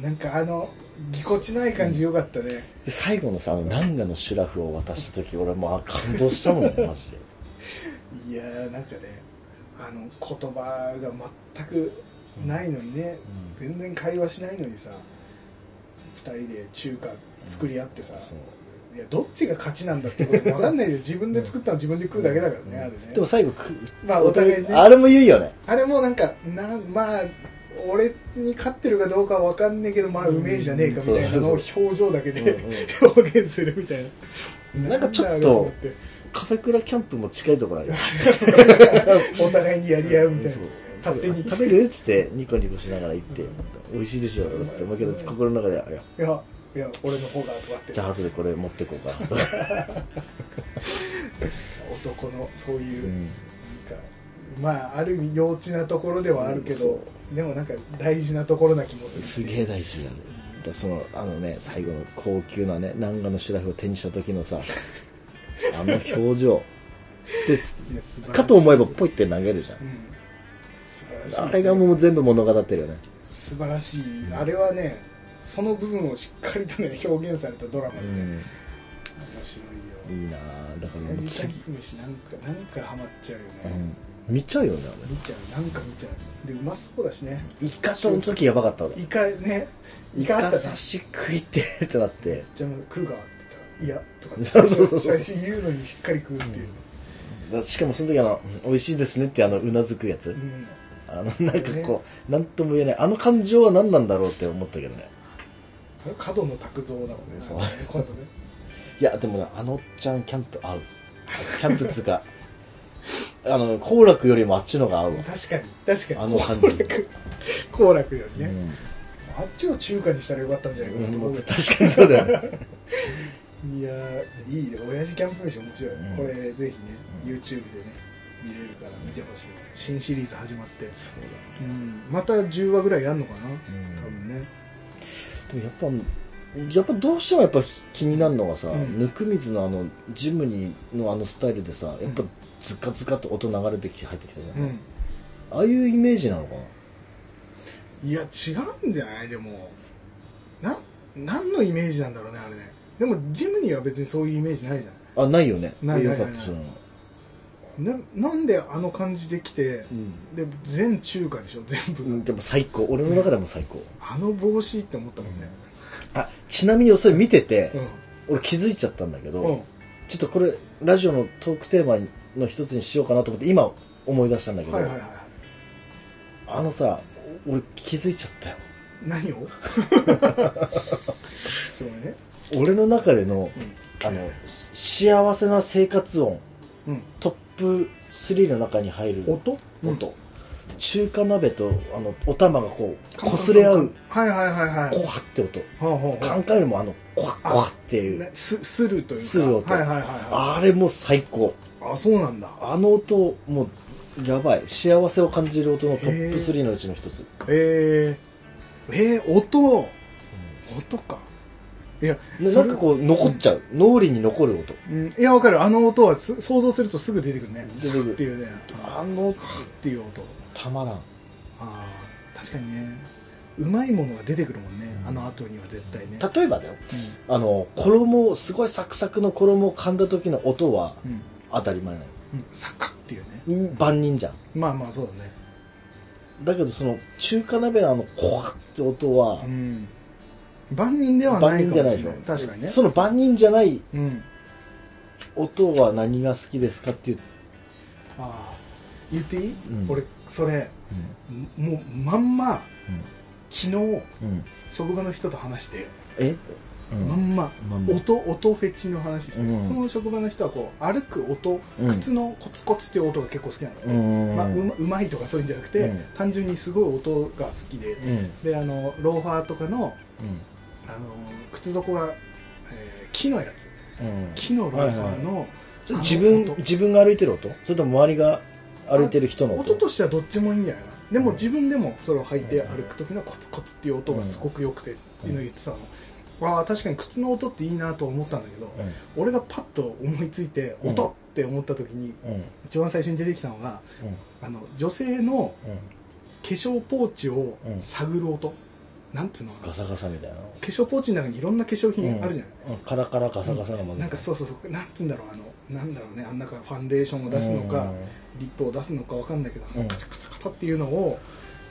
[SPEAKER 2] なんかあのぎこちない感じよかったね、
[SPEAKER 1] で最後のさあの南河のシュラフを渡した時俺もうあ感動したもん
[SPEAKER 2] (laughs)
[SPEAKER 1] ねマジで
[SPEAKER 2] いやーなんかねあの言葉が全くないのにね、全然会話しないのにさ2人で中華作り合ってさ、
[SPEAKER 1] そう
[SPEAKER 2] いやどっちが勝ちなんだってこと分かんないで (laughs) 自分で作ったの自分で食うだけだからね、あれね
[SPEAKER 1] でも最後く
[SPEAKER 2] まあお互いね
[SPEAKER 1] あれも言うよね
[SPEAKER 2] あれもなんかなまあ俺に勝ってるかどうかは分かんねえけどまあうめえじゃねえかみたいなのを
[SPEAKER 1] うん
[SPEAKER 2] 表情だけで
[SPEAKER 1] うん
[SPEAKER 2] 表現するみたいな
[SPEAKER 1] なんかちょっ
[SPEAKER 2] なんだろう
[SPEAKER 1] と (laughs)
[SPEAKER 2] って
[SPEAKER 1] 笠倉キャンプも近いところあるよ。
[SPEAKER 2] お互いにやり合うみたい
[SPEAKER 1] そう
[SPEAKER 2] な勝手に
[SPEAKER 1] 食べるっつってニコニコしながら行って、美味しいでしょだって思うけど心の中ではいや
[SPEAKER 2] いやいや俺の方がとかって
[SPEAKER 1] じゃあ後でこれ持ってこうかなと、
[SPEAKER 2] 男のそういうう、
[SPEAKER 1] ん
[SPEAKER 2] なんかまあある意味幼稚なところではあるけ
[SPEAKER 1] うん
[SPEAKER 2] ど、でもなんか大事なところな気もする
[SPEAKER 1] すげえ大事なのよだからそのあのね最後の高級なね南賀のシュラフを手にした時のさあの表情です
[SPEAKER 2] いや素晴らしい
[SPEAKER 1] かと思えばポイって投げるじゃ
[SPEAKER 2] うん素晴らしい
[SPEAKER 1] んあれがもう全部物語ってるよね
[SPEAKER 2] 素晴らしいあれはねその部分をしっかりとね表現されたドラマで、面白いよ
[SPEAKER 1] いいなあだからも
[SPEAKER 2] ヤ
[SPEAKER 1] う
[SPEAKER 2] ジタ
[SPEAKER 1] 次、
[SPEAKER 2] キムシなんかなんかハマっちゃうよ
[SPEAKER 1] う
[SPEAKER 2] ね、
[SPEAKER 1] ん、見ちゃうよね
[SPEAKER 2] 見ちゃうなんか見ちゃうでうまそうだしね
[SPEAKER 1] あれイカとの時やばかったわ
[SPEAKER 2] イカねイ
[SPEAKER 1] イ
[SPEAKER 2] カ
[SPEAKER 1] カ
[SPEAKER 2] あった
[SPEAKER 1] 刺
[SPEAKER 2] ら
[SPEAKER 1] し食いてえってなって
[SPEAKER 2] じゃあもう食うかって言ったら「いや」とかって
[SPEAKER 1] (laughs) そうそうそうそう
[SPEAKER 2] 最初言うのにしっかり食うっていう、
[SPEAKER 1] だからしかもその時あの美味しいですねってあのうなずくやつ、
[SPEAKER 2] うん
[SPEAKER 1] あのなんかこうなんとも言えないあの感情は何なんだろうって思ったけどね
[SPEAKER 2] あれ角野卓造だもんね
[SPEAKER 1] そう
[SPEAKER 2] 今度ね
[SPEAKER 1] いやでもねあのおっちゃんキャンプ合 (laughs) うキャンプっつうかあの好楽よりもあっちのが合 (laughs) うわ
[SPEAKER 2] 確かに確かに
[SPEAKER 1] あの感じ
[SPEAKER 2] 好楽好楽よりね、
[SPEAKER 1] うん
[SPEAKER 2] あっちを中華にしたらよかったんじゃないかなと思うけど、
[SPEAKER 1] 確かにそうだよね
[SPEAKER 2] いやーいいよ親父キャンプ飯面白い、
[SPEAKER 1] うん
[SPEAKER 2] これぜひね
[SPEAKER 1] うん
[SPEAKER 2] YouTube でね見れるから見てほしい新シリーズ始まって、うん、また10話ぐらいやんのかな、
[SPEAKER 1] ん
[SPEAKER 2] 多分ね
[SPEAKER 1] でもやっぱやっぱどうしてもやっぱ気になるのがさ、
[SPEAKER 2] うん
[SPEAKER 1] 温水のあのジムにのあのスタイルでさやっぱズカズカと音流れてきて入ってきたじゃん、
[SPEAKER 2] うん
[SPEAKER 1] ああいうイメージなのかない
[SPEAKER 2] や違うんじゃないでもな何のイメージなんだろうねあれねでもジムには別にそういうイメージないじゃ
[SPEAKER 1] あないよね
[SPEAKER 2] ない
[SPEAKER 1] よ
[SPEAKER 2] ない
[SPEAKER 1] か
[SPEAKER 2] ない
[SPEAKER 1] ったその
[SPEAKER 2] んななんであの感じで来て
[SPEAKER 1] うん
[SPEAKER 2] で全中華でしょ全部、
[SPEAKER 1] うんでも最高俺の中でも最高
[SPEAKER 2] あの帽子って思ったもんね
[SPEAKER 1] あちなみにそれ見てて、
[SPEAKER 2] うん
[SPEAKER 1] 俺気づいちゃったんだけど、
[SPEAKER 2] うん
[SPEAKER 1] ちょっとこれラジオのトークテーマの一つにしようかなと思って今思い出したんだけど、
[SPEAKER 2] はいはいはいはい
[SPEAKER 1] あのさ俺気づいちゃったよ
[SPEAKER 2] 何を (laughs) そうね
[SPEAKER 1] 俺の中でのあのし幸せな生活音
[SPEAKER 2] うん、うん、
[SPEAKER 1] トップ3の中に入る
[SPEAKER 2] 音
[SPEAKER 1] 音中華鍋とあのお玉がこう擦れ合う
[SPEAKER 2] はいはいはいはい
[SPEAKER 1] コハって音
[SPEAKER 2] ほうほう
[SPEAKER 1] カ
[SPEAKER 2] ほ
[SPEAKER 1] ンカンよりもあのコハコハって
[SPEAKER 2] う
[SPEAKER 1] いう、
[SPEAKER 2] ねすするというか
[SPEAKER 1] する音
[SPEAKER 2] はいはいはいは
[SPEAKER 1] あれも最高
[SPEAKER 2] いあそうなんだ
[SPEAKER 1] あの音もうやばい幸せを感じる音のトップ3のうちの一つ
[SPEAKER 2] えー、えー、音音かいや
[SPEAKER 1] な
[SPEAKER 2] そ
[SPEAKER 1] な
[SPEAKER 2] れ
[SPEAKER 1] んかこう残っちゃう、脳裏に残る音
[SPEAKER 2] うん、いやわかるあの音はす想像するとすぐ出てくるね
[SPEAKER 1] 出てくる
[SPEAKER 2] スッっていうね
[SPEAKER 1] あの
[SPEAKER 2] っていう音
[SPEAKER 1] たまらん
[SPEAKER 2] ああ確かにねうまいものが出てくるもんね、
[SPEAKER 1] うん
[SPEAKER 2] あの後には絶対ね
[SPEAKER 1] 例えばだよ
[SPEAKER 2] う
[SPEAKER 1] あの衣をすごいサクサクの衣を噛んだ時の音は
[SPEAKER 2] んうん
[SPEAKER 1] 当たり前な
[SPEAKER 2] うんサカッっていうね
[SPEAKER 1] の万人じゃん
[SPEAKER 2] まあまあそうだね
[SPEAKER 1] だけどその中華鍋のあのコワって音は
[SPEAKER 2] うん万人ではないかもしれない
[SPEAKER 1] の
[SPEAKER 2] 確かにね
[SPEAKER 1] その万人じゃない
[SPEAKER 2] うん
[SPEAKER 1] 音は何が好きですかっていう、
[SPEAKER 2] ああ言っていい、
[SPEAKER 1] うん
[SPEAKER 2] 俺それんもうまんま昨日職場の人と話して、
[SPEAKER 1] え、うん
[SPEAKER 2] まんま
[SPEAKER 1] まんま
[SPEAKER 2] 音音フェチの話して、
[SPEAKER 1] うん
[SPEAKER 2] その職場の人はこう歩く音、
[SPEAKER 1] うん
[SPEAKER 2] 靴のコツコツっていう音が結構好きなの、
[SPEAKER 1] ん
[SPEAKER 2] まあ、うまうまいとかそういうんじゃなくて、
[SPEAKER 1] うん
[SPEAKER 2] 単純にすごい音が好きで
[SPEAKER 1] うんうん
[SPEAKER 2] であのローファーとかのあの靴底が、えー木のやつ
[SPEAKER 1] うん
[SPEAKER 2] 木のローファーの,、
[SPEAKER 1] それ自分
[SPEAKER 2] あの
[SPEAKER 1] 自分が歩いてる音それとも周りが歩いてる人の
[SPEAKER 2] 音
[SPEAKER 1] 音
[SPEAKER 2] 音としてはどっちもいいんじゃないかなで
[SPEAKER 1] う
[SPEAKER 2] も
[SPEAKER 1] ん
[SPEAKER 2] 自分でもそれを履いて歩く時のコツコツっていう音がすごく良くてっていうのを言ってたの、ああ確かに靴の音っていいなと思ったんだけど、
[SPEAKER 1] うん
[SPEAKER 2] 俺がパッと思いついて
[SPEAKER 1] うん
[SPEAKER 2] 音って思った時に
[SPEAKER 1] うん
[SPEAKER 2] 一番最初に出てきたのが
[SPEAKER 1] うん
[SPEAKER 2] あの女性の
[SPEAKER 1] うん
[SPEAKER 2] 化粧ポーチを
[SPEAKER 1] うん
[SPEAKER 2] 探る音、なんつうのか
[SPEAKER 1] ガ
[SPEAKER 2] な化
[SPEAKER 1] サガサみたいな
[SPEAKER 2] 粧ポーチの中にいろんな化粧品あるじゃな
[SPEAKER 1] う
[SPEAKER 2] い、
[SPEAKER 1] ん、カラカラガサガサが混ざって
[SPEAKER 2] なんかそうそうそうなんつうんだろうあのなんだろうねあんなかファンデーションを出すのか、リップを出すのかわかんないけど、
[SPEAKER 1] うん
[SPEAKER 2] カタカタカタっていうのを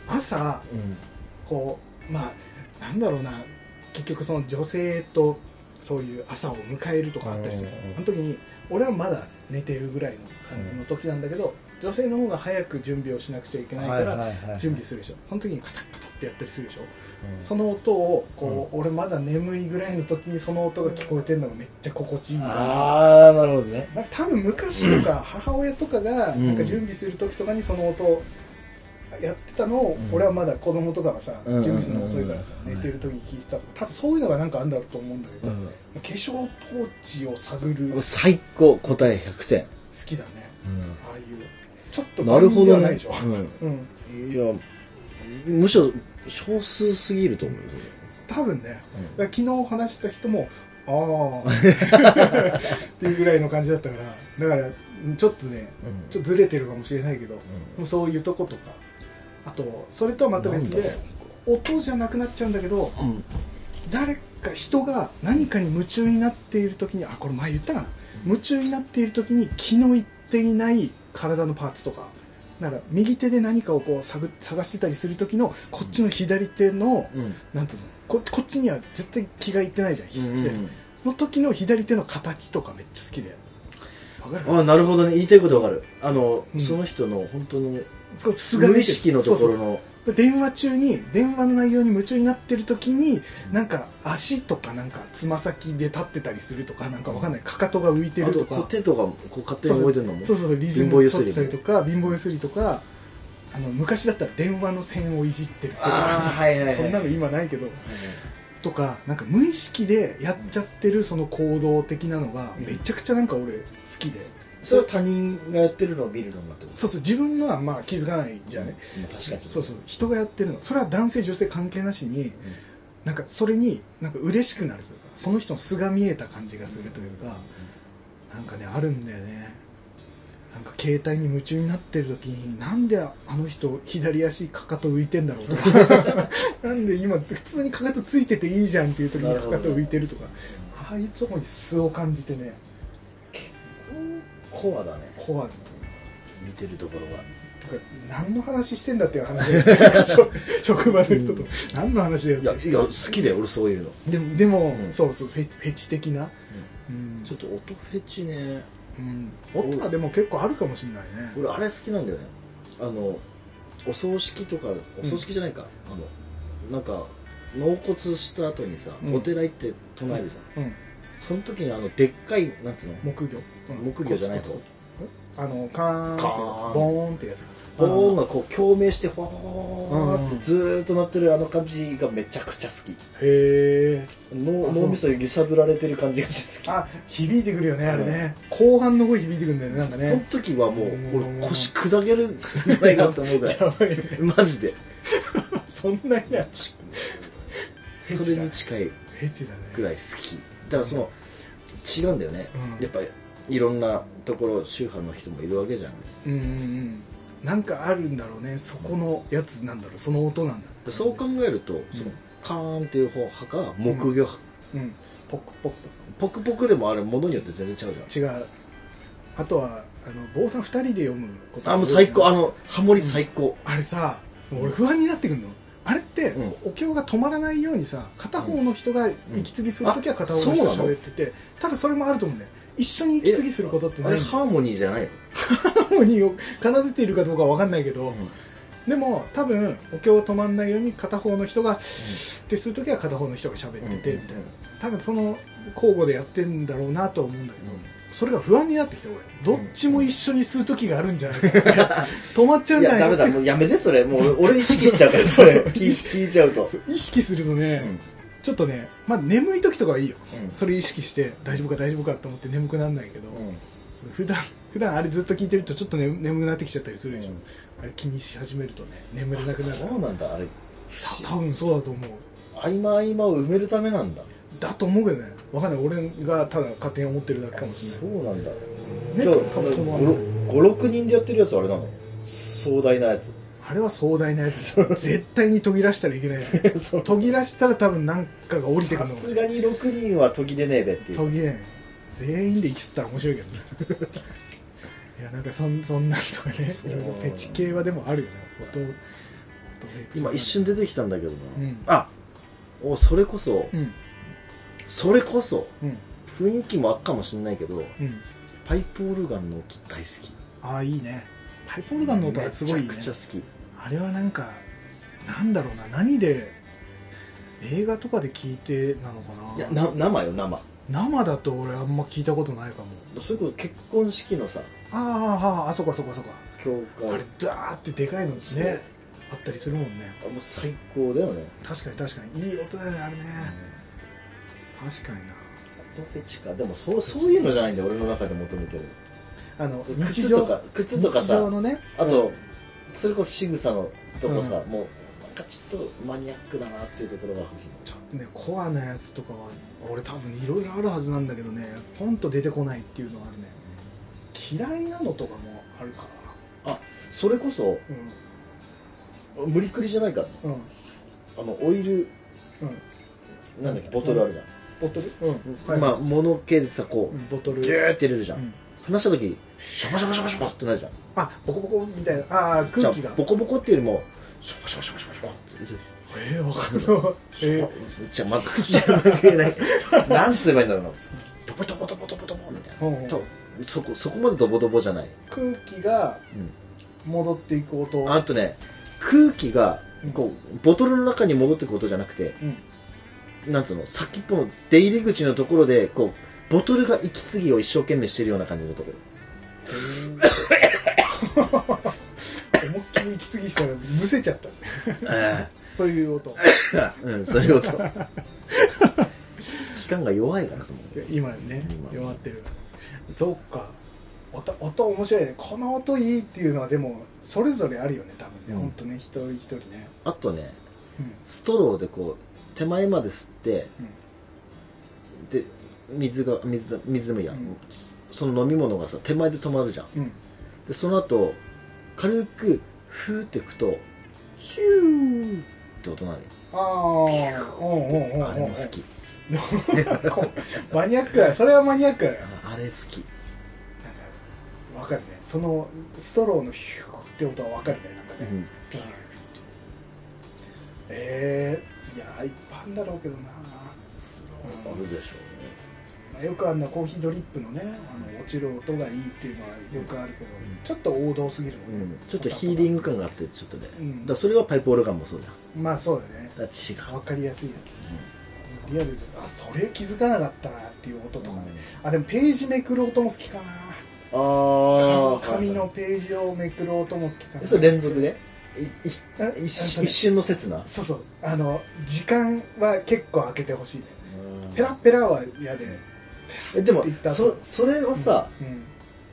[SPEAKER 2] 朝
[SPEAKER 1] うんうん
[SPEAKER 2] こうまあなんだろうな結局その女性とそういう朝を迎えるとかあったりする、
[SPEAKER 1] うん
[SPEAKER 2] あの時に俺はまだ寝てるぐらいの感じの時なんだけど、女性の方が早く準備をしなくちゃいけないか
[SPEAKER 1] はい
[SPEAKER 2] ら
[SPEAKER 1] はいはい
[SPEAKER 2] 準備するでしょその時にカタッカタってやったりするでしょ
[SPEAKER 1] うん
[SPEAKER 2] その音をこう、俺まだ眠いぐらいの時にその音が聞こえてるのがめっちゃ心地いいな
[SPEAKER 1] ああなるほどね
[SPEAKER 2] なんか多分
[SPEAKER 1] (clears throat)
[SPEAKER 2] 昔とか母親とかが
[SPEAKER 1] うん
[SPEAKER 2] なんか準備する時とかにその音やってたのを
[SPEAKER 1] うん
[SPEAKER 2] 俺はまだ子供とかがさ
[SPEAKER 1] うん
[SPEAKER 2] 準備するの遅いからさ
[SPEAKER 1] うん
[SPEAKER 2] 寝てる時に聞いてたとか多分そういうのがなんかあるんだろうと思うんだけど
[SPEAKER 1] う
[SPEAKER 2] 化
[SPEAKER 1] ん
[SPEAKER 2] 粧ポーチを探る好
[SPEAKER 1] 最高答え100点、
[SPEAKER 2] きだねああいうちょっと
[SPEAKER 1] なるほ
[SPEAKER 2] 万人で
[SPEAKER 1] ど
[SPEAKER 2] はない
[SPEAKER 1] ね
[SPEAKER 2] でしょ、
[SPEAKER 1] うん
[SPEAKER 2] うん、
[SPEAKER 1] いやむしろ少数すぎると思うよそれ
[SPEAKER 2] 多分ね
[SPEAKER 1] うん
[SPEAKER 2] だから昨日話した人もああっていうぐらいの感じだったからだからちょっとね
[SPEAKER 1] うん
[SPEAKER 2] ちょっとずれてるかもしれないけど
[SPEAKER 1] う
[SPEAKER 2] もうそういうとことかあとそれとはまた別
[SPEAKER 1] なんだ
[SPEAKER 2] で音じゃなくなっちゃうんだけど
[SPEAKER 1] ん
[SPEAKER 2] 誰か人が何かに夢中になっている時にあこれ前言ったかな夢中になっている時に気のいっていない体のパーツとかだから右手で何かをこう探探してたりする時のこっちの左手の、
[SPEAKER 1] うん
[SPEAKER 2] なんていうのここっちには絶対気がいってないじゃん、
[SPEAKER 1] うんうん
[SPEAKER 2] の時の左手の形とかめっちゃ好きでわかる
[SPEAKER 1] ああなるほどね言いたいことわかるあの、
[SPEAKER 2] うん
[SPEAKER 1] その人の本当の
[SPEAKER 2] すごい素が出て
[SPEAKER 1] 無
[SPEAKER 2] る
[SPEAKER 1] 意識のとこ
[SPEAKER 2] そう
[SPEAKER 1] ろ
[SPEAKER 2] そう
[SPEAKER 1] の
[SPEAKER 2] で電話中に電話の内容に夢中になってる時になんか足とかなんかつま先で立ってたりするとかなんかわかんないかかとが浮いて
[SPEAKER 1] あ
[SPEAKER 2] る
[SPEAKER 1] と
[SPEAKER 2] と
[SPEAKER 1] こう
[SPEAKER 2] か
[SPEAKER 1] 手とかもこう勝手
[SPEAKER 2] そう
[SPEAKER 1] に
[SPEAKER 2] そ
[SPEAKER 1] 動
[SPEAKER 2] う
[SPEAKER 1] いてるのも
[SPEAKER 2] そうそうそうリズムを取ってたりとか貧乏ゆすりとかあの昔だったら電話の線をいじってると
[SPEAKER 1] ああ
[SPEAKER 2] か
[SPEAKER 1] はいはい、はい、
[SPEAKER 2] そんなの今ないけどとかなんか無意識でやっちゃってるその行動的なのがめちゃくちゃなんか俺好きで
[SPEAKER 1] それは他人がやってるのを見るのもってこと
[SPEAKER 2] そうそう自分のはまあ気づかないじゃない
[SPEAKER 1] まあ確かに
[SPEAKER 2] そうそう人がやってるのそれは男性女性関係なしに、なんかそれになんか嬉しくなるというかその人の素が見えた感じがするというか、なんかねあるんだよねなんか携帯に夢中になってる時になんであの人左足かかと浮いてんだろうと (laughs) かなんで今普通にかかとついてていいじゃんっていう時にかかと浮いてるとかああいうとこに素を感じてね
[SPEAKER 1] コアだね
[SPEAKER 2] コアに
[SPEAKER 1] 見てるところが
[SPEAKER 2] とか何の話してんだっていう話 (laughs) で職職場の人と何の話だよって
[SPEAKER 1] いやいや好きだよ俺そういうの、
[SPEAKER 2] でもでも、
[SPEAKER 1] うん
[SPEAKER 2] そうそうフェフェチ的な、うん
[SPEAKER 1] ちょっと音フェチね
[SPEAKER 2] うん、音はでも結構あるかもしれないね
[SPEAKER 1] 俺あれ好きなんだよねあのお葬式とかお葬式じゃないか、あのなんか納骨した後にさ、
[SPEAKER 2] うん
[SPEAKER 1] お寺行って唱えるじゃん、
[SPEAKER 2] うん
[SPEAKER 1] その時にあのでっかいなんつうの
[SPEAKER 2] 木魚、うん
[SPEAKER 1] 木魚じゃない
[SPEAKER 2] コツ
[SPEAKER 1] と
[SPEAKER 2] コツあのカーンって
[SPEAKER 1] カーン
[SPEAKER 2] ボーンってやつ
[SPEAKER 1] 棒音がこう共鳴してほわーってずーっと鳴ってるあの感じがめちゃくちゃ好き
[SPEAKER 2] へえ
[SPEAKER 1] 脳
[SPEAKER 2] あそう
[SPEAKER 1] 脳みそ揺さぶられてる感じがして好
[SPEAKER 2] あ響いてくるよねあれね、後半の声響いてくるんだよねなんか
[SPEAKER 1] き、その
[SPEAKER 2] ね
[SPEAKER 1] 時はもう
[SPEAKER 2] うん
[SPEAKER 1] 俺腰砕けるんじゃないかと思うぐらい
[SPEAKER 2] やばいね
[SPEAKER 1] (laughs) マジで
[SPEAKER 2] (laughs) そんなにや
[SPEAKER 1] (laughs) それに近い
[SPEAKER 2] フェチだね
[SPEAKER 1] ぐらい好きだからその違うんだよね、
[SPEAKER 2] うん
[SPEAKER 1] やっぱりいろんなところ宗派の人もいるわけじゃん
[SPEAKER 2] うんうんうんなんかあるんだろうねそこのやつなんだろうその音なんだ
[SPEAKER 1] でそう考えると、そのカーンっていう方派か木魚派、
[SPEAKER 2] うんポクポク
[SPEAKER 1] ポクポクでもあれものによって全然違うじゃん
[SPEAKER 2] 違うあとはあの坊さん2人で読むこと
[SPEAKER 1] あもう最高あのハモリ最高、
[SPEAKER 2] あれさもう俺不安になってくるのあれって、
[SPEAKER 1] う
[SPEAKER 2] お経が止まらないようにさ片方の人が息継ぎするときは片方の人
[SPEAKER 1] うん
[SPEAKER 2] が
[SPEAKER 1] あそうなの
[SPEAKER 2] 喋ってて、多分それもあると思うんだよ一緒に息継ぎすることって
[SPEAKER 1] あ
[SPEAKER 2] ない
[SPEAKER 1] れ
[SPEAKER 2] のハ
[SPEAKER 1] ハーモニーじゃないの、
[SPEAKER 2] ーモニーを奏でているかどうかは分かんないけど、でも多分お経を止まらないように片方の人が、ってするときは片方の人が喋ってて、
[SPEAKER 1] うん
[SPEAKER 2] みたいな多分その交互でやってんだろうなとは思うんだけど、それが不安になってきて俺どっちも一緒に吸う時があるんじゃない (laughs) かな止まっちゃうん
[SPEAKER 1] い
[SPEAKER 2] じゃな
[SPEAKER 1] や
[SPEAKER 2] いか
[SPEAKER 1] ダ
[SPEAKER 2] な
[SPEAKER 1] メだもうやめてそれもう俺意識しちゃうからそれ
[SPEAKER 2] そう
[SPEAKER 1] 聞い聞いちゃうと
[SPEAKER 2] そう意識するとね、
[SPEAKER 1] うん
[SPEAKER 2] ちょっとね、まあ、眠い時とかはいいよ、
[SPEAKER 1] うん
[SPEAKER 2] それ意識して大丈夫か大丈夫かと思って眠くならないけど、普段普段あれずっと聞いてるとちょっと、ね、眠くなってきちゃったりするでしょ、
[SPEAKER 1] うん
[SPEAKER 2] あれ気にし始めるとね眠れ
[SPEAKER 1] あ
[SPEAKER 2] なくなる
[SPEAKER 1] そうなんだあれ
[SPEAKER 2] た多分そうだと思う
[SPEAKER 1] 合間合間を埋めるためなんだ
[SPEAKER 2] だと思うけどねわかんない俺がただ勝手に思ってるだけかもしれ
[SPEAKER 1] そ
[SPEAKER 2] ないう
[SPEAKER 1] なんだ
[SPEAKER 2] ね
[SPEAKER 1] じゃあ
[SPEAKER 2] 多分止まんない
[SPEAKER 1] 56人でやってるやつあれなの壮大なやつ
[SPEAKER 2] あれは壮大なやつ絶対に途切らしたらいけないや
[SPEAKER 1] (laughs)
[SPEAKER 2] つ
[SPEAKER 1] そう
[SPEAKER 2] 途切らしたら多分何かが降りてく
[SPEAKER 1] さ
[SPEAKER 2] るのかも
[SPEAKER 1] す
[SPEAKER 2] しれない
[SPEAKER 1] がに6人は途切れねえべっていう
[SPEAKER 2] 途切れない全員で息吸ったら面白いけどねいやなんかそんそんなんとかね
[SPEAKER 1] そう
[SPEAKER 2] いろいろフェチ系はでもあるよね音音フェチ
[SPEAKER 1] 今一瞬出てきたんだけどな、
[SPEAKER 2] うん
[SPEAKER 1] あおそれこそ、
[SPEAKER 2] うん
[SPEAKER 1] それこそ
[SPEAKER 2] うん
[SPEAKER 1] 雰囲気もあっかもしんないけど
[SPEAKER 2] うん
[SPEAKER 1] パイプオルガンの音大好き
[SPEAKER 2] ああいいねパイプオルガンの音はすごいね
[SPEAKER 1] めちゃくちゃ好き。
[SPEAKER 2] あれはなんかなんだろうな何で映画とかで聞いてなのかない
[SPEAKER 1] や、な生よ、生。
[SPEAKER 2] 生だと俺あんま聞いたことないかも
[SPEAKER 1] それこそ結婚式のさ、
[SPEAKER 2] あああそこあそこあそこ
[SPEAKER 1] 教会。
[SPEAKER 2] あれダーってでかいの
[SPEAKER 1] そう
[SPEAKER 2] ねあったりするもんね
[SPEAKER 1] あもう最高だよね。
[SPEAKER 2] 確かに確かにいい音だよねあれね確かにな
[SPEAKER 1] 音フェチか。でもそう、そういうのじゃないんだよ、俺の中で求めてる。
[SPEAKER 2] あの日
[SPEAKER 1] 靴
[SPEAKER 2] 常
[SPEAKER 1] とか、靴とか
[SPEAKER 2] 日常
[SPEAKER 1] さ、
[SPEAKER 2] のね
[SPEAKER 1] あと、それこそ仕草のとこさ、
[SPEAKER 2] う
[SPEAKER 1] もう、なんかちょっとマニアックだなっていうところが欲しい。
[SPEAKER 2] ちょっとねコアなやつとかは俺多分いろいろあるはずなんだけどねポンと出てこないっていうのはあるね嫌いなのとかもあるか
[SPEAKER 1] それこそ、
[SPEAKER 2] う
[SPEAKER 1] 無理くりじゃないか。
[SPEAKER 2] んうん
[SPEAKER 1] あの、オイル、
[SPEAKER 2] うん
[SPEAKER 1] なんだっけ、ボトルあるじゃん。
[SPEAKER 2] ボトルうんはい
[SPEAKER 1] まあ、物系でさ、こ
[SPEAKER 2] うんボト
[SPEAKER 1] う、
[SPEAKER 2] ル
[SPEAKER 1] ギューって入れるじゃ。
[SPEAKER 2] うんん
[SPEAKER 1] 話した時シャバシャバシャバシャバってなるじゃん。
[SPEAKER 2] あボコボコみたいなああ
[SPEAKER 1] じゃ
[SPEAKER 2] 空気
[SPEAKER 1] あ
[SPEAKER 2] が
[SPEAKER 1] ボコボコっていうよりも、シャバシャバシャバシャバシャバって。
[SPEAKER 2] えーわかんないえー
[SPEAKER 1] じゃあ、まく口じゃなく (laughs) 言えない。なんて言えばいいんだろうな。ドボドボドボドボドボみたい
[SPEAKER 2] うん
[SPEAKER 1] な。とそこ、そこまでドボドボじゃない。
[SPEAKER 2] 空気が
[SPEAKER 1] うん
[SPEAKER 2] 戻っていく音
[SPEAKER 1] あとね、空気が、こう、ボトルの中に戻っていくことじゃなくて、
[SPEAKER 2] うん
[SPEAKER 1] なんつうの、先っぽの出入り口のところで、こう、ボトルが息継ぎを一生懸命してるような感じのところ。
[SPEAKER 2] 思いっきり息継ぎしたらむせちゃったそういう音
[SPEAKER 1] うん、そういうこと。 (laughs) 期間が弱いから、その。
[SPEAKER 2] 今ね
[SPEAKER 1] 今
[SPEAKER 2] 弱ってるそっか音音面白いねこの音いいっていうのはでもそれぞれあるよね多分ね、
[SPEAKER 1] うん
[SPEAKER 2] ほんとね一人一人ね
[SPEAKER 1] あとね、
[SPEAKER 2] うん
[SPEAKER 1] ストローでこう、手前まで吸って、で、水が、水だ、水でもいいや、
[SPEAKER 2] うん
[SPEAKER 1] その飲み物がさ、手前で止まるじゃん。
[SPEAKER 2] うん、うん、
[SPEAKER 1] で、その後、軽く、ふーってくと、ヒューって音なるよ。
[SPEAKER 2] ああうんうんうんうん
[SPEAKER 1] あれも好き。
[SPEAKER 2] こうマニアックだよそれはマニアックだよなんか
[SPEAKER 1] ああれ好き。
[SPEAKER 2] わかるねそのストローのヒューって音はわかるねなんかね、
[SPEAKER 1] うん
[SPEAKER 2] ピーンってえー、いやーいっぱいあるんだろうけどな
[SPEAKER 1] あるでしょうね。
[SPEAKER 2] まあよくあんなコーヒードリップのねあの落ちる音がいいっていうのはよくあるけど、ちょっと王道すぎるもんね、
[SPEAKER 1] ちょっとヒーリング感があって、ちょっとね。
[SPEAKER 2] うん
[SPEAKER 1] だからそれはパイプオルガンもそうじゃん。
[SPEAKER 2] まあそうだね
[SPEAKER 1] だから違
[SPEAKER 2] わ
[SPEAKER 1] う。
[SPEAKER 2] かりやすいやつ、リアルであそれ気づかなかったなっていう音とかね、あでもページめくる音も好きかな
[SPEAKER 1] あー
[SPEAKER 2] 紙紙のページをめくる音も好きかな
[SPEAKER 1] それ連続でいい一瞬
[SPEAKER 2] ああのね
[SPEAKER 1] 一瞬の刹那
[SPEAKER 2] そうそうあの時間は結構空けてほしいねペラッペラは嫌で
[SPEAKER 1] えでも
[SPEAKER 2] って言った後
[SPEAKER 1] そそれはさ、
[SPEAKER 2] うん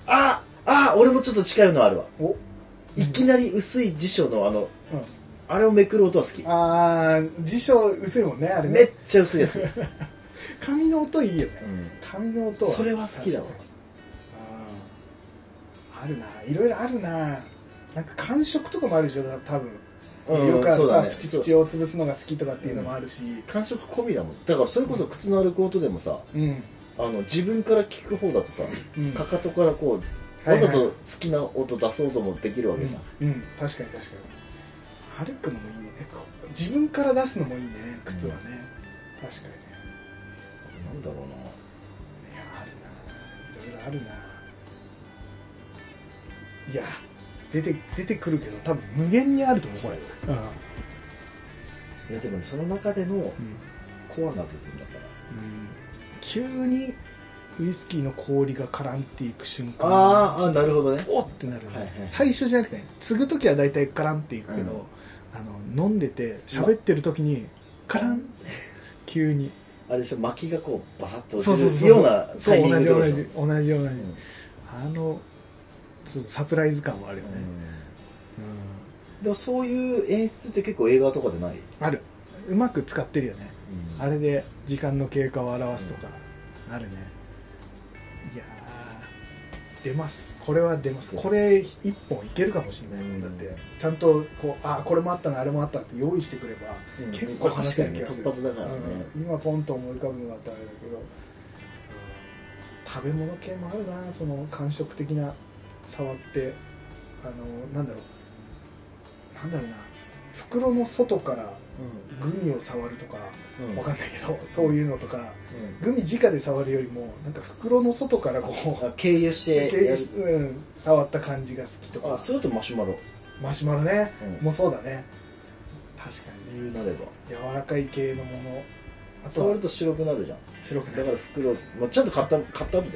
[SPEAKER 1] ああ俺もちょっと近いのあるわ
[SPEAKER 2] お
[SPEAKER 1] いきなり薄い辞書のあの
[SPEAKER 2] うん
[SPEAKER 1] あれをめくる音は好き
[SPEAKER 2] ああ辞書薄いもんねあれ
[SPEAKER 1] め
[SPEAKER 2] ね
[SPEAKER 1] っちゃ薄いやつ、
[SPEAKER 2] 紙の音いいよね紙の音
[SPEAKER 1] それは好きだわ
[SPEAKER 2] 確かにあーあるないろいろあるななんか感触とかもあるでしょた多分、
[SPEAKER 1] うん
[SPEAKER 2] よくある
[SPEAKER 1] そう
[SPEAKER 2] さ、
[SPEAKER 1] だね
[SPEAKER 2] プチプチを潰すのが好きとかっていうのもあるし
[SPEAKER 1] 感触込みだもんだからそれこそ靴の歩く音でもさ
[SPEAKER 2] うん、うん
[SPEAKER 1] あの自分から聞く方だとさ、
[SPEAKER 2] うん
[SPEAKER 1] かかとからこう
[SPEAKER 2] は
[SPEAKER 1] わ
[SPEAKER 2] いは
[SPEAKER 1] ざ
[SPEAKER 2] い
[SPEAKER 1] と好きな音出そうともできるわけじゃん、
[SPEAKER 2] うん、確かに確かに歩くのもいいねこ自分から出すのもいいね靴はね、確かにね
[SPEAKER 1] なんだろうない
[SPEAKER 2] やあるないろいろあるないや出て出てくるけど多分無限にあると思うこれ
[SPEAKER 1] いやでもねその中での
[SPEAKER 2] うん
[SPEAKER 1] コアな部分だか
[SPEAKER 2] うん急にウイスキーの氷が絡んでいく瞬間
[SPEAKER 1] らあなるほどね
[SPEAKER 2] おっってなる、ね
[SPEAKER 1] はいはい
[SPEAKER 2] 最初じゃなくてね継ぐ時は大体絡んっていくけど、あの飲んでて喋ってる時に絡ん急に
[SPEAKER 1] あれでしょ薪がこうバサッと
[SPEAKER 2] そうそう
[SPEAKER 1] 落ちる
[SPEAKER 2] そう
[SPEAKER 1] ような
[SPEAKER 2] そ
[SPEAKER 1] タイ
[SPEAKER 2] う
[SPEAKER 1] ミン
[SPEAKER 2] 同
[SPEAKER 1] グ
[SPEAKER 2] じ
[SPEAKER 1] とか
[SPEAKER 2] 同
[SPEAKER 1] でしょ
[SPEAKER 2] じ同じ同
[SPEAKER 1] ん
[SPEAKER 2] じ、あのそうサプライズ感はあるよね、
[SPEAKER 1] でもそういう演出って結構映画とかでない、
[SPEAKER 2] うんあるうまく使ってるよねあれで時間の経過を表すとか、あるねいやー出ますこれは出ますこれ一本いけるかもしれないもんだってちゃんとこうあーこれもあったなあれもあったって用意してくれば、
[SPEAKER 1] うん
[SPEAKER 2] 結構話せる気がする
[SPEAKER 1] まあ確かにね突発だからね
[SPEAKER 2] うん今ポンと思い浮かぶのがあったらあれだけど、食べ物系もあるなその感触的な触ってあのなんだろうなんだろうな袋の外からグミを触るとか
[SPEAKER 1] うん
[SPEAKER 2] わかんないけどそういうのとか
[SPEAKER 1] うん
[SPEAKER 2] グミ直で触るよりもなんか袋の外からこう
[SPEAKER 1] あ経由して
[SPEAKER 2] 経由しうん、触った感じが好きと
[SPEAKER 1] あ
[SPEAKER 2] か
[SPEAKER 1] それだとマシュマロ
[SPEAKER 2] マシュマロね、
[SPEAKER 1] うん
[SPEAKER 2] もうそうだね確かに
[SPEAKER 1] 言うなれば
[SPEAKER 2] 柔らかい系のものあと
[SPEAKER 1] 触
[SPEAKER 2] は
[SPEAKER 1] ると白くなるじゃん
[SPEAKER 2] 白くな
[SPEAKER 1] だ
[SPEAKER 2] い
[SPEAKER 1] から袋、まあ、ちゃんと買った買った後だよも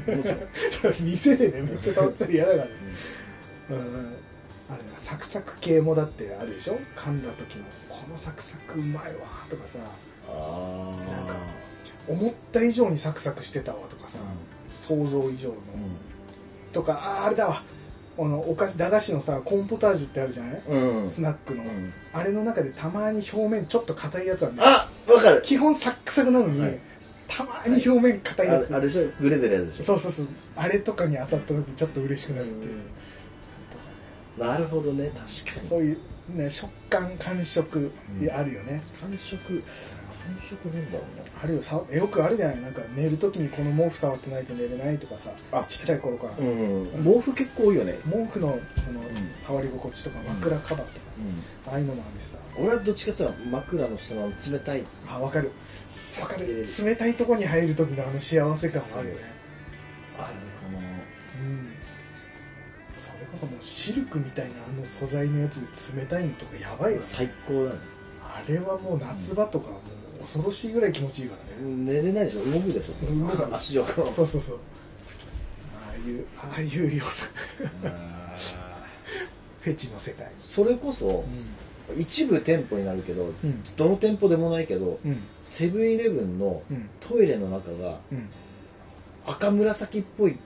[SPEAKER 1] ちろん、うん
[SPEAKER 2] (laughs) それ店でねめっちゃ触ってたら嫌だからねうんうんあれだサクサク系もだってあるでしょ噛んだ時のこのサクサクうまいわとかさ
[SPEAKER 1] ああ
[SPEAKER 2] なんか思った以上にサクサクしてたわとかさ、想像以上の、とかあーあれだわあのお菓子駄菓子のさコーンポタージュってあるじゃない、
[SPEAKER 1] うん、うん
[SPEAKER 2] スナックの、
[SPEAKER 1] うん
[SPEAKER 2] あれの中でたまに表面ちょっと硬いやつあるんだよ
[SPEAKER 1] あわかる
[SPEAKER 2] 基本サックサクなのに、
[SPEAKER 1] はい
[SPEAKER 2] たまに表面硬いやつ、
[SPEAKER 1] ああれでしょグレてるやつでしょ
[SPEAKER 2] そうそうそうあれとかに当たった時ちょっと嬉しくなるっていう、とか
[SPEAKER 1] なるほどね確
[SPEAKER 2] ね
[SPEAKER 1] かに
[SPEAKER 2] そういうね食感感触、
[SPEAKER 1] うん
[SPEAKER 2] あるよね
[SPEAKER 1] 感触感触変だろうね
[SPEAKER 2] あるよさよくあるじゃないなんか寝る時にこの毛布触ってないと寝れないとかさ
[SPEAKER 1] あ
[SPEAKER 2] ちっちゃい頃から、
[SPEAKER 1] うん毛布結構多いよね、
[SPEAKER 2] 毛布のその、
[SPEAKER 1] ん
[SPEAKER 2] 触り心地とか枕カバーとかさ、ああいうのもあるしさ
[SPEAKER 1] 俺はどっちかっていうと枕の下の冷たい
[SPEAKER 2] あ分かる分かる冷たいとこに入る時のあの幸せ感もあるよね
[SPEAKER 1] ある
[SPEAKER 2] うんそれこそもうシルクみたいなあの素材のやつで冷たいのとかやばい
[SPEAKER 1] のかな
[SPEAKER 2] よね
[SPEAKER 1] 最高だね
[SPEAKER 2] あれはもう夏場とかもう恐ろしいぐらい気持ちいいからね、
[SPEAKER 1] 寝れないでしょ動くでし
[SPEAKER 2] 動く
[SPEAKER 1] ょ足上が
[SPEAKER 2] そうそうそうああいうああいう良さ
[SPEAKER 1] あ
[SPEAKER 2] (laughs) フェチの世界
[SPEAKER 1] ーそれこそ
[SPEAKER 2] う
[SPEAKER 1] 一部店舗になるけど
[SPEAKER 2] んうん
[SPEAKER 1] どの店舗でもないけど
[SPEAKER 2] うん
[SPEAKER 1] セブンイレブンの
[SPEAKER 2] うん
[SPEAKER 1] トイレの中が
[SPEAKER 2] うん
[SPEAKER 1] 赤紫っぽい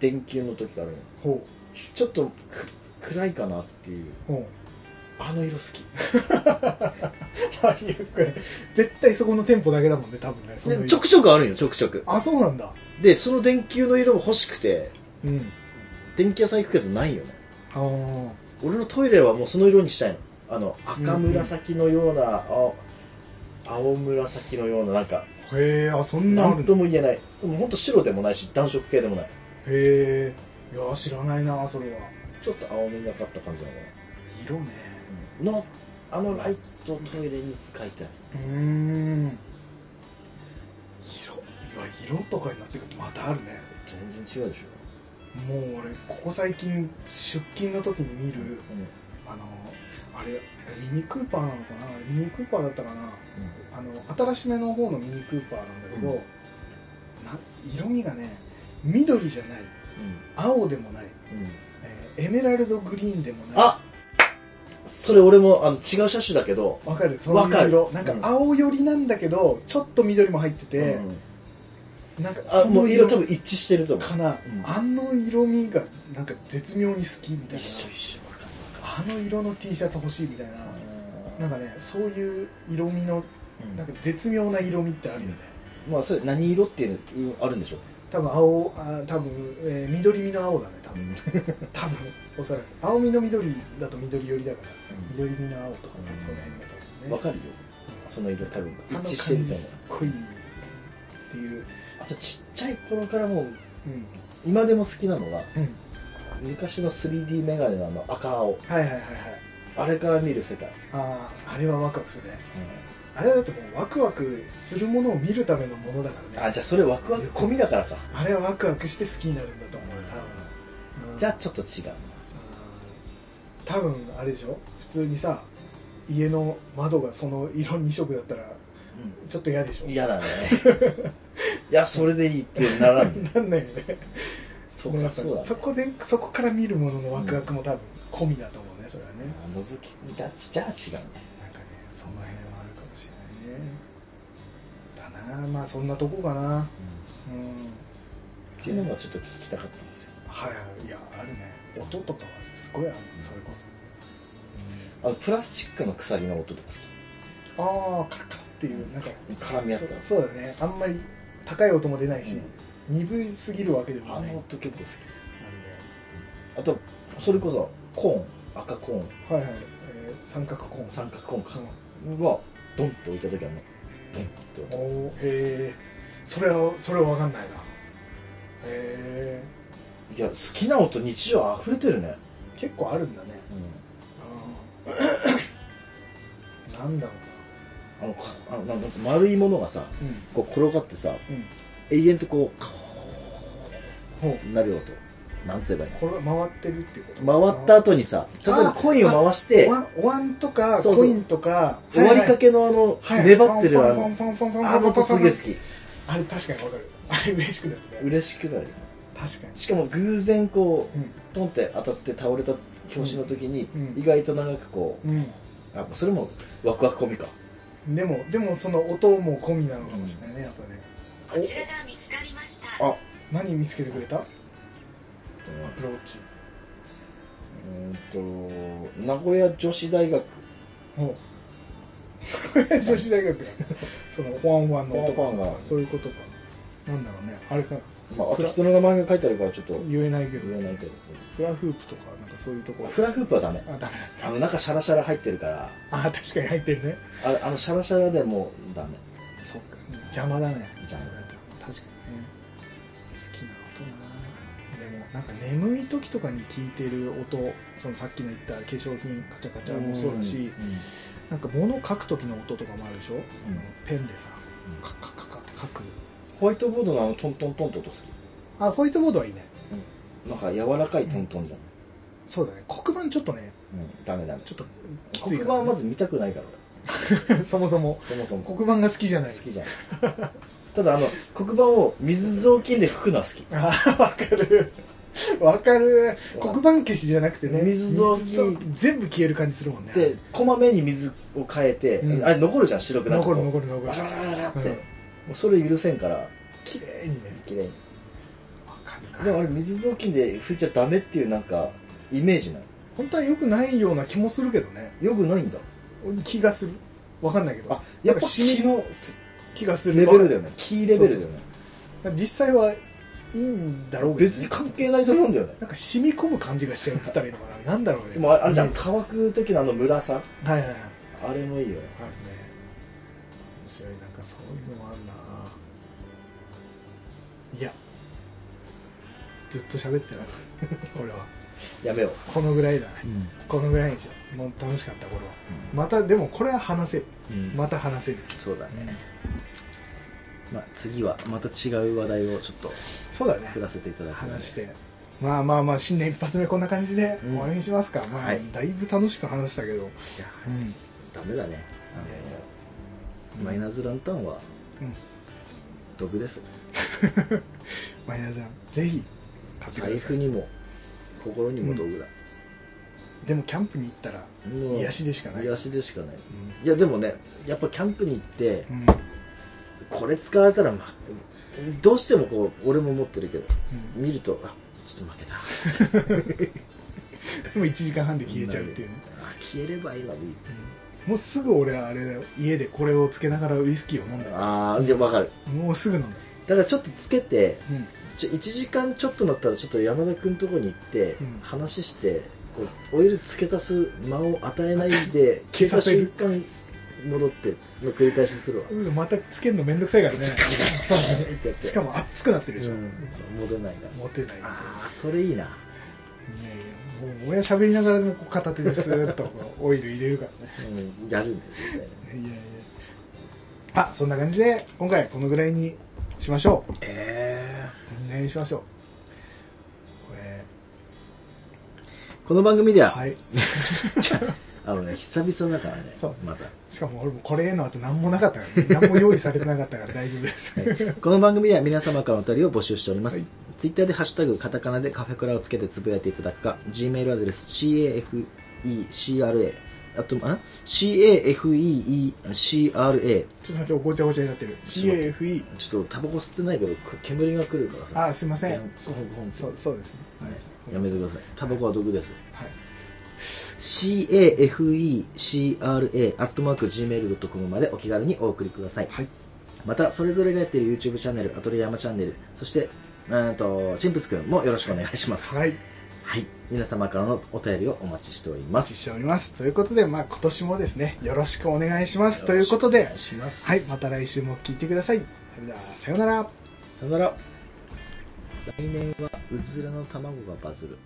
[SPEAKER 1] 電球の時があるのよ
[SPEAKER 2] ほ
[SPEAKER 1] ちょっとく暗いかなっていう
[SPEAKER 2] う (laughs) ほう
[SPEAKER 1] あの色好き
[SPEAKER 2] マニアックや絶対そこの店舗だけだもんね多分ねその
[SPEAKER 1] でちょくちょくあるんよちょくちょく
[SPEAKER 2] あそうなんだ
[SPEAKER 1] でその電球の色も欲しくて
[SPEAKER 2] うん
[SPEAKER 1] 電気屋さん行くけどないよね
[SPEAKER 2] ああ
[SPEAKER 1] 俺のトイレはもうその色にしたいのあの赤紫のような、青青紫のようななんか
[SPEAKER 2] へえあそんな
[SPEAKER 1] 何
[SPEAKER 2] んあるんだ
[SPEAKER 1] とも言えないもうほんと白でもないし暖色系でもない
[SPEAKER 2] へえいや知らないなそれは
[SPEAKER 1] ちょっと青みがかった感じなのか
[SPEAKER 2] 色ね
[SPEAKER 1] なのあのライトをトイレに使いたいう
[SPEAKER 2] ーん色いや色とかになってくるとまたあるね
[SPEAKER 1] 全然違うでしょ、
[SPEAKER 2] もう俺ここ最近出勤の時に見るあのあれミニクーパーなのかなあれミニクーパーだったかなあの新しめの方のミニクーパーなんだけど、
[SPEAKER 1] うん
[SPEAKER 2] な色味がね緑じゃない青でもない、
[SPEAKER 1] うんうん
[SPEAKER 2] えーエメラルドグリーンでもない
[SPEAKER 1] あそれ俺もあの違う車種だけど
[SPEAKER 2] わかるその
[SPEAKER 1] わかる
[SPEAKER 2] 色なんか青寄りなんだけどちょっと緑も入ってて、
[SPEAKER 1] うん
[SPEAKER 2] なんか
[SPEAKER 1] あ
[SPEAKER 2] その
[SPEAKER 1] もう色多分一致してると思う
[SPEAKER 2] かな、
[SPEAKER 1] うん
[SPEAKER 2] あの色味がなんか絶妙に好きみたい
[SPEAKER 1] 一
[SPEAKER 2] な
[SPEAKER 1] 緒一緒わかんない
[SPEAKER 2] あの色の T シャツ欲しいみたいな、
[SPEAKER 1] わかんな
[SPEAKER 2] なん
[SPEAKER 1] い
[SPEAKER 2] かねそういう色味の
[SPEAKER 1] うん
[SPEAKER 2] なんか絶妙な色味ってあるよね、
[SPEAKER 1] まあそれ何色っていうのうんあるんでしょ
[SPEAKER 2] 多分青あ多分、えー緑身の青だね多分、多分おそらく青身の緑だと緑寄りだから、
[SPEAKER 1] うん
[SPEAKER 2] 緑身の青とかね、
[SPEAKER 1] うん
[SPEAKER 2] その辺だと思うね
[SPEAKER 1] わかるよその色多分一
[SPEAKER 2] あの
[SPEAKER 1] 致
[SPEAKER 2] 感
[SPEAKER 1] してるみた
[SPEAKER 2] じ
[SPEAKER 1] いな
[SPEAKER 2] すっごいっていう
[SPEAKER 1] あとちっちゃい頃からもう
[SPEAKER 2] うん、
[SPEAKER 1] 今でも好きなのが
[SPEAKER 2] うん、
[SPEAKER 1] 昔の 3D メガネのあの赤青
[SPEAKER 2] はいはいはいはい
[SPEAKER 1] あれから見る世界、
[SPEAKER 2] あああれはワクワクするねあれはだってもうワクワクするものを見るためのものだからね
[SPEAKER 1] あじゃあそれワクワク込みだからか、
[SPEAKER 2] あれはワクワクして好きになるんだと思うよ多分、うん
[SPEAKER 1] じゃあちょっと違うな
[SPEAKER 2] 多分あれでしょ普通にさ家の窓がその色2色だったらちょっと嫌でしょ
[SPEAKER 1] 嫌だね (laughs) いやそれでいいってならんね
[SPEAKER 2] なんないよね
[SPEAKER 1] (laughs) そうかそうだね
[SPEAKER 2] そこでそこから見るもののワクワクも多分込みだと思うねそれはね
[SPEAKER 1] あのぞきじゃあじゃあ違うね
[SPEAKER 2] なんかねその辺はあるかもしれないねだなまあそんなとこかなうん
[SPEAKER 1] っていうのがちょっと聞きたかったんですよ
[SPEAKER 2] はいはいいやあるね音とかはすごいあるそれこそ
[SPEAKER 1] あのプラスチックの鎖の音とか
[SPEAKER 2] ああカラカラっていうなんか
[SPEAKER 1] 好き絡み合ったら
[SPEAKER 2] そそうだねあんまり高い音も出ないし、鈍いすぎるわけでも
[SPEAKER 1] あ
[SPEAKER 2] ない
[SPEAKER 1] の音結構好き
[SPEAKER 2] ある
[SPEAKER 1] あとそれこそコーン赤コーン
[SPEAKER 2] ねはいはい、えー三角コーン
[SPEAKER 1] 三角コーンか
[SPEAKER 2] うん
[SPEAKER 1] はドンと置いた時はもうボンって音
[SPEAKER 2] おーへえそれはそれは分かんないなへえ
[SPEAKER 1] いや好きな音日常溢れてるね、
[SPEAKER 2] 結構あるんだねうん (coughs) なんだろう
[SPEAKER 1] あのかあのなんか丸いものがさ
[SPEAKER 2] うん
[SPEAKER 1] こう転がってさ
[SPEAKER 2] うん
[SPEAKER 1] 永遠とこうカー
[SPEAKER 2] ほう
[SPEAKER 1] ッてなる音なんつ言えばいいの
[SPEAKER 2] これ回ってるっていうこと
[SPEAKER 1] 回った後にさ例えばコインを回して
[SPEAKER 2] おわんお椀とか
[SPEAKER 1] そうそう
[SPEAKER 2] コインとか
[SPEAKER 1] 終わりかけのあの粘ってるあのあの音すげえ好き
[SPEAKER 2] あれ確かにわかるあれ嬉しくなるね
[SPEAKER 1] 嬉しくなる
[SPEAKER 2] 確かに
[SPEAKER 1] しかも偶然こ
[SPEAKER 2] うん
[SPEAKER 1] うトンって当たって倒れた拍子の時に
[SPEAKER 2] うん
[SPEAKER 1] 意外と長くこうあそれもワクワク込みか
[SPEAKER 2] うんでもでもその音も込みなのかもしれないねやっぱ
[SPEAKER 3] こ
[SPEAKER 2] ね
[SPEAKER 3] ちらが見つかりました。
[SPEAKER 1] あ
[SPEAKER 2] 何見つけてくれたアプローチ
[SPEAKER 1] うーんと名古屋女子大学
[SPEAKER 2] ほうこれ女子大学だそのホワンホワンの音
[SPEAKER 1] ホワンホワンが
[SPEAKER 2] そういうことかなんだろうねあれか
[SPEAKER 1] まあ人の名前が書いてあるからちょっと
[SPEAKER 2] 言えないけど
[SPEAKER 1] 言えないけど
[SPEAKER 2] フラフープとかなんかそういうとこ
[SPEAKER 1] フラフープはダメ
[SPEAKER 2] あダメ
[SPEAKER 1] あの中シャラシャラ入ってるから
[SPEAKER 2] だあ確かに入ってるね
[SPEAKER 1] あれあのシャラシャラでもうダメ
[SPEAKER 2] そっか邪魔だね
[SPEAKER 1] 邪魔
[SPEAKER 2] それ確かにね好きな音なでもなんか眠い時とかに聞いてる音そのさっきの言った化粧品カチャカチャもそうだし、なんか物を書く時の音とかもあるでしょ、あのペンでさ
[SPEAKER 1] うん
[SPEAKER 2] カッカッカッカッって書く
[SPEAKER 1] ホワイトボードのあのトントントンって音好き
[SPEAKER 2] あホワイトボードはいいね
[SPEAKER 1] なんか柔らかいトントンじゃん
[SPEAKER 2] そうだね黒板ちょっとね
[SPEAKER 1] うんダメダメ
[SPEAKER 2] ちょっときつ
[SPEAKER 1] 黒
[SPEAKER 2] いか
[SPEAKER 1] 板
[SPEAKER 2] ら
[SPEAKER 1] は
[SPEAKER 2] ね
[SPEAKER 1] まず見たくないから俺
[SPEAKER 2] そもそも
[SPEAKER 1] そもそも
[SPEAKER 2] 黒板が好きじゃない
[SPEAKER 1] 好きじゃんただあの黒板を水雑巾で拭くのは好き
[SPEAKER 2] あーわかるわかる黒板消しじゃなくてね
[SPEAKER 1] 水雑巾
[SPEAKER 2] 巾全部消える感じするもんね
[SPEAKER 1] でこまめに水を変えて、
[SPEAKER 2] うん
[SPEAKER 1] あれ残るじゃん白くなって
[SPEAKER 2] 残る残る残る
[SPEAKER 1] バラバラバラバラって、
[SPEAKER 2] うん
[SPEAKER 1] もうそれ許せんから
[SPEAKER 2] 綺麗にね
[SPEAKER 1] 綺麗に
[SPEAKER 2] わかるな
[SPEAKER 1] でもあれ水雑巾で拭いちゃダメっていうなんかイメージない
[SPEAKER 2] 本当は良くないような気もするけどね
[SPEAKER 1] よくないんだ
[SPEAKER 2] 気がするわかんないけど
[SPEAKER 1] あやっぱ
[SPEAKER 2] 染み
[SPEAKER 1] 気の
[SPEAKER 2] 気がする
[SPEAKER 1] レベルだよねキーレベルだよね
[SPEAKER 2] 実際はいいんだろうけど、ね、
[SPEAKER 1] 別に関係ないと思うんだよね
[SPEAKER 2] なんか染み込む感じがしちゃうっつったらいいのかななんだろうね
[SPEAKER 1] でもああれじゃん
[SPEAKER 2] イメー
[SPEAKER 1] 乾く時のあの紫さ
[SPEAKER 2] ジはいはいはいあ
[SPEAKER 1] あれもいいよね
[SPEAKER 2] るね面白いなんかそういうのもあるないやずっと喋ってないこれは
[SPEAKER 1] やめよ
[SPEAKER 2] このぐらいだね
[SPEAKER 1] う、
[SPEAKER 2] このぐらいにしようもう楽しかったこれはまたでもこれは話せる
[SPEAKER 1] うん
[SPEAKER 2] また話せる
[SPEAKER 1] そうだね、まあ、次はまた違う話題をちょっと
[SPEAKER 2] そうだね
[SPEAKER 1] 振らせていただきま
[SPEAKER 2] 話し
[SPEAKER 1] して
[SPEAKER 2] まあまあまあ新年一発目こんな感じで終わりにしますか、まあ、
[SPEAKER 1] はい
[SPEAKER 2] だいぶ楽しく話したけど、
[SPEAKER 1] いや
[SPEAKER 2] うん
[SPEAKER 1] ダメだねあの
[SPEAKER 2] いやいや
[SPEAKER 1] マイナスランタンは
[SPEAKER 2] うん
[SPEAKER 1] 毒です
[SPEAKER 2] マイナーさんぜひ買ってく
[SPEAKER 1] 財
[SPEAKER 2] ださ
[SPEAKER 1] 布
[SPEAKER 2] い
[SPEAKER 1] にも心にも毒だ、
[SPEAKER 2] でもキャンプに行ったら
[SPEAKER 1] もう
[SPEAKER 2] 癒しでしかない
[SPEAKER 1] 癒しでしかないいやでもねやっぱキャンプに行って
[SPEAKER 2] うん、うん
[SPEAKER 1] これ使われたら、まあ、どうしてもこう俺も持ってるけど見るとあちょっと負けた
[SPEAKER 2] でも1時間半で消えちゃうっていうね、
[SPEAKER 1] あ消えればいいのに
[SPEAKER 2] うんもうすぐ俺はあれだよ家でこれをつけながらウイスキーを飲んだよ
[SPEAKER 1] ああじゃあ分かる
[SPEAKER 2] もうすぐ飲んだよ、
[SPEAKER 1] だからちょっとつけて
[SPEAKER 2] うん、
[SPEAKER 1] ちょ1時間ちょっとなったらちょっと山田君とこに行って、
[SPEAKER 2] うん
[SPEAKER 1] 話してこうオイル付け足す間を与えないで
[SPEAKER 2] (laughs) 消
[SPEAKER 1] 消
[SPEAKER 2] さ
[SPEAKER 1] えた
[SPEAKER 2] せ
[SPEAKER 1] 瞬
[SPEAKER 2] る
[SPEAKER 1] 間戻っての繰り返しするわ
[SPEAKER 2] うんまたつけるのめんどくさいからねそうそうしかも熱くなってるでしょ、
[SPEAKER 1] そう戻れないから
[SPEAKER 2] モテないみたいな
[SPEAKER 1] ああそれいいない
[SPEAKER 2] やいやもう俺は喋りながらでもこう片手でスーッとこうオイル入れるからね
[SPEAKER 1] うんやるんだよ絶対ね
[SPEAKER 2] いやいやあそんな感じで今回このぐらいにしましょう
[SPEAKER 1] え
[SPEAKER 2] このぐらいにしましょうこれ
[SPEAKER 1] この番組では、
[SPEAKER 2] はい
[SPEAKER 1] (laughs) あのね久々だからね
[SPEAKER 2] そう
[SPEAKER 1] また
[SPEAKER 2] しかも俺もこれへの後何もなかったから、ね、何も用意されてなかったから (laughs) 大丈夫です、
[SPEAKER 1] はい
[SPEAKER 2] (laughs)
[SPEAKER 1] この番組では皆様からお便りを募集しております。
[SPEAKER 2] はい
[SPEAKER 1] ツイッターでハッシュタグカタカナでカフェクラをつけてつぶやいていただくか、Gmail アドレス cafecra、あと、あ cafeecra、
[SPEAKER 2] ちょっと待ってごちゃごちゃになってる CAFE
[SPEAKER 1] ちょっとタバコ吸ってないけど、く煙が来るからさ。
[SPEAKER 2] あすいませ
[SPEAKER 1] ほ
[SPEAKER 2] んそうそうそうですね、
[SPEAKER 1] はいやめてください。タバコは毒です。
[SPEAKER 2] はい、
[SPEAKER 1] cafecra、アットマーク gmail.com までお気軽にお送りください。
[SPEAKER 2] はい、
[SPEAKER 1] また、それぞれがやっている YouTube チャンネル、アトリヤマチャンネル、そして、うーんと、チンプスくんもよろしくお願いします。
[SPEAKER 2] はい、
[SPEAKER 1] はい。皆様からのお便りをお待ちしておりま
[SPEAKER 2] お待ちし
[SPEAKER 1] す。
[SPEAKER 2] ておりますということでまあ今年もですねよろしくお願いしますということで
[SPEAKER 1] お願いします。
[SPEAKER 2] はい。また来週も聞いてくださいそれではさようなら
[SPEAKER 1] さよなら。来年は、うずらの卵がバズる。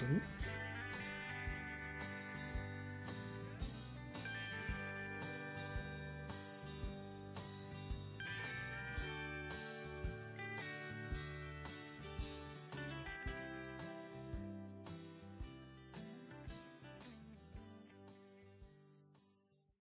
[SPEAKER 2] 本当に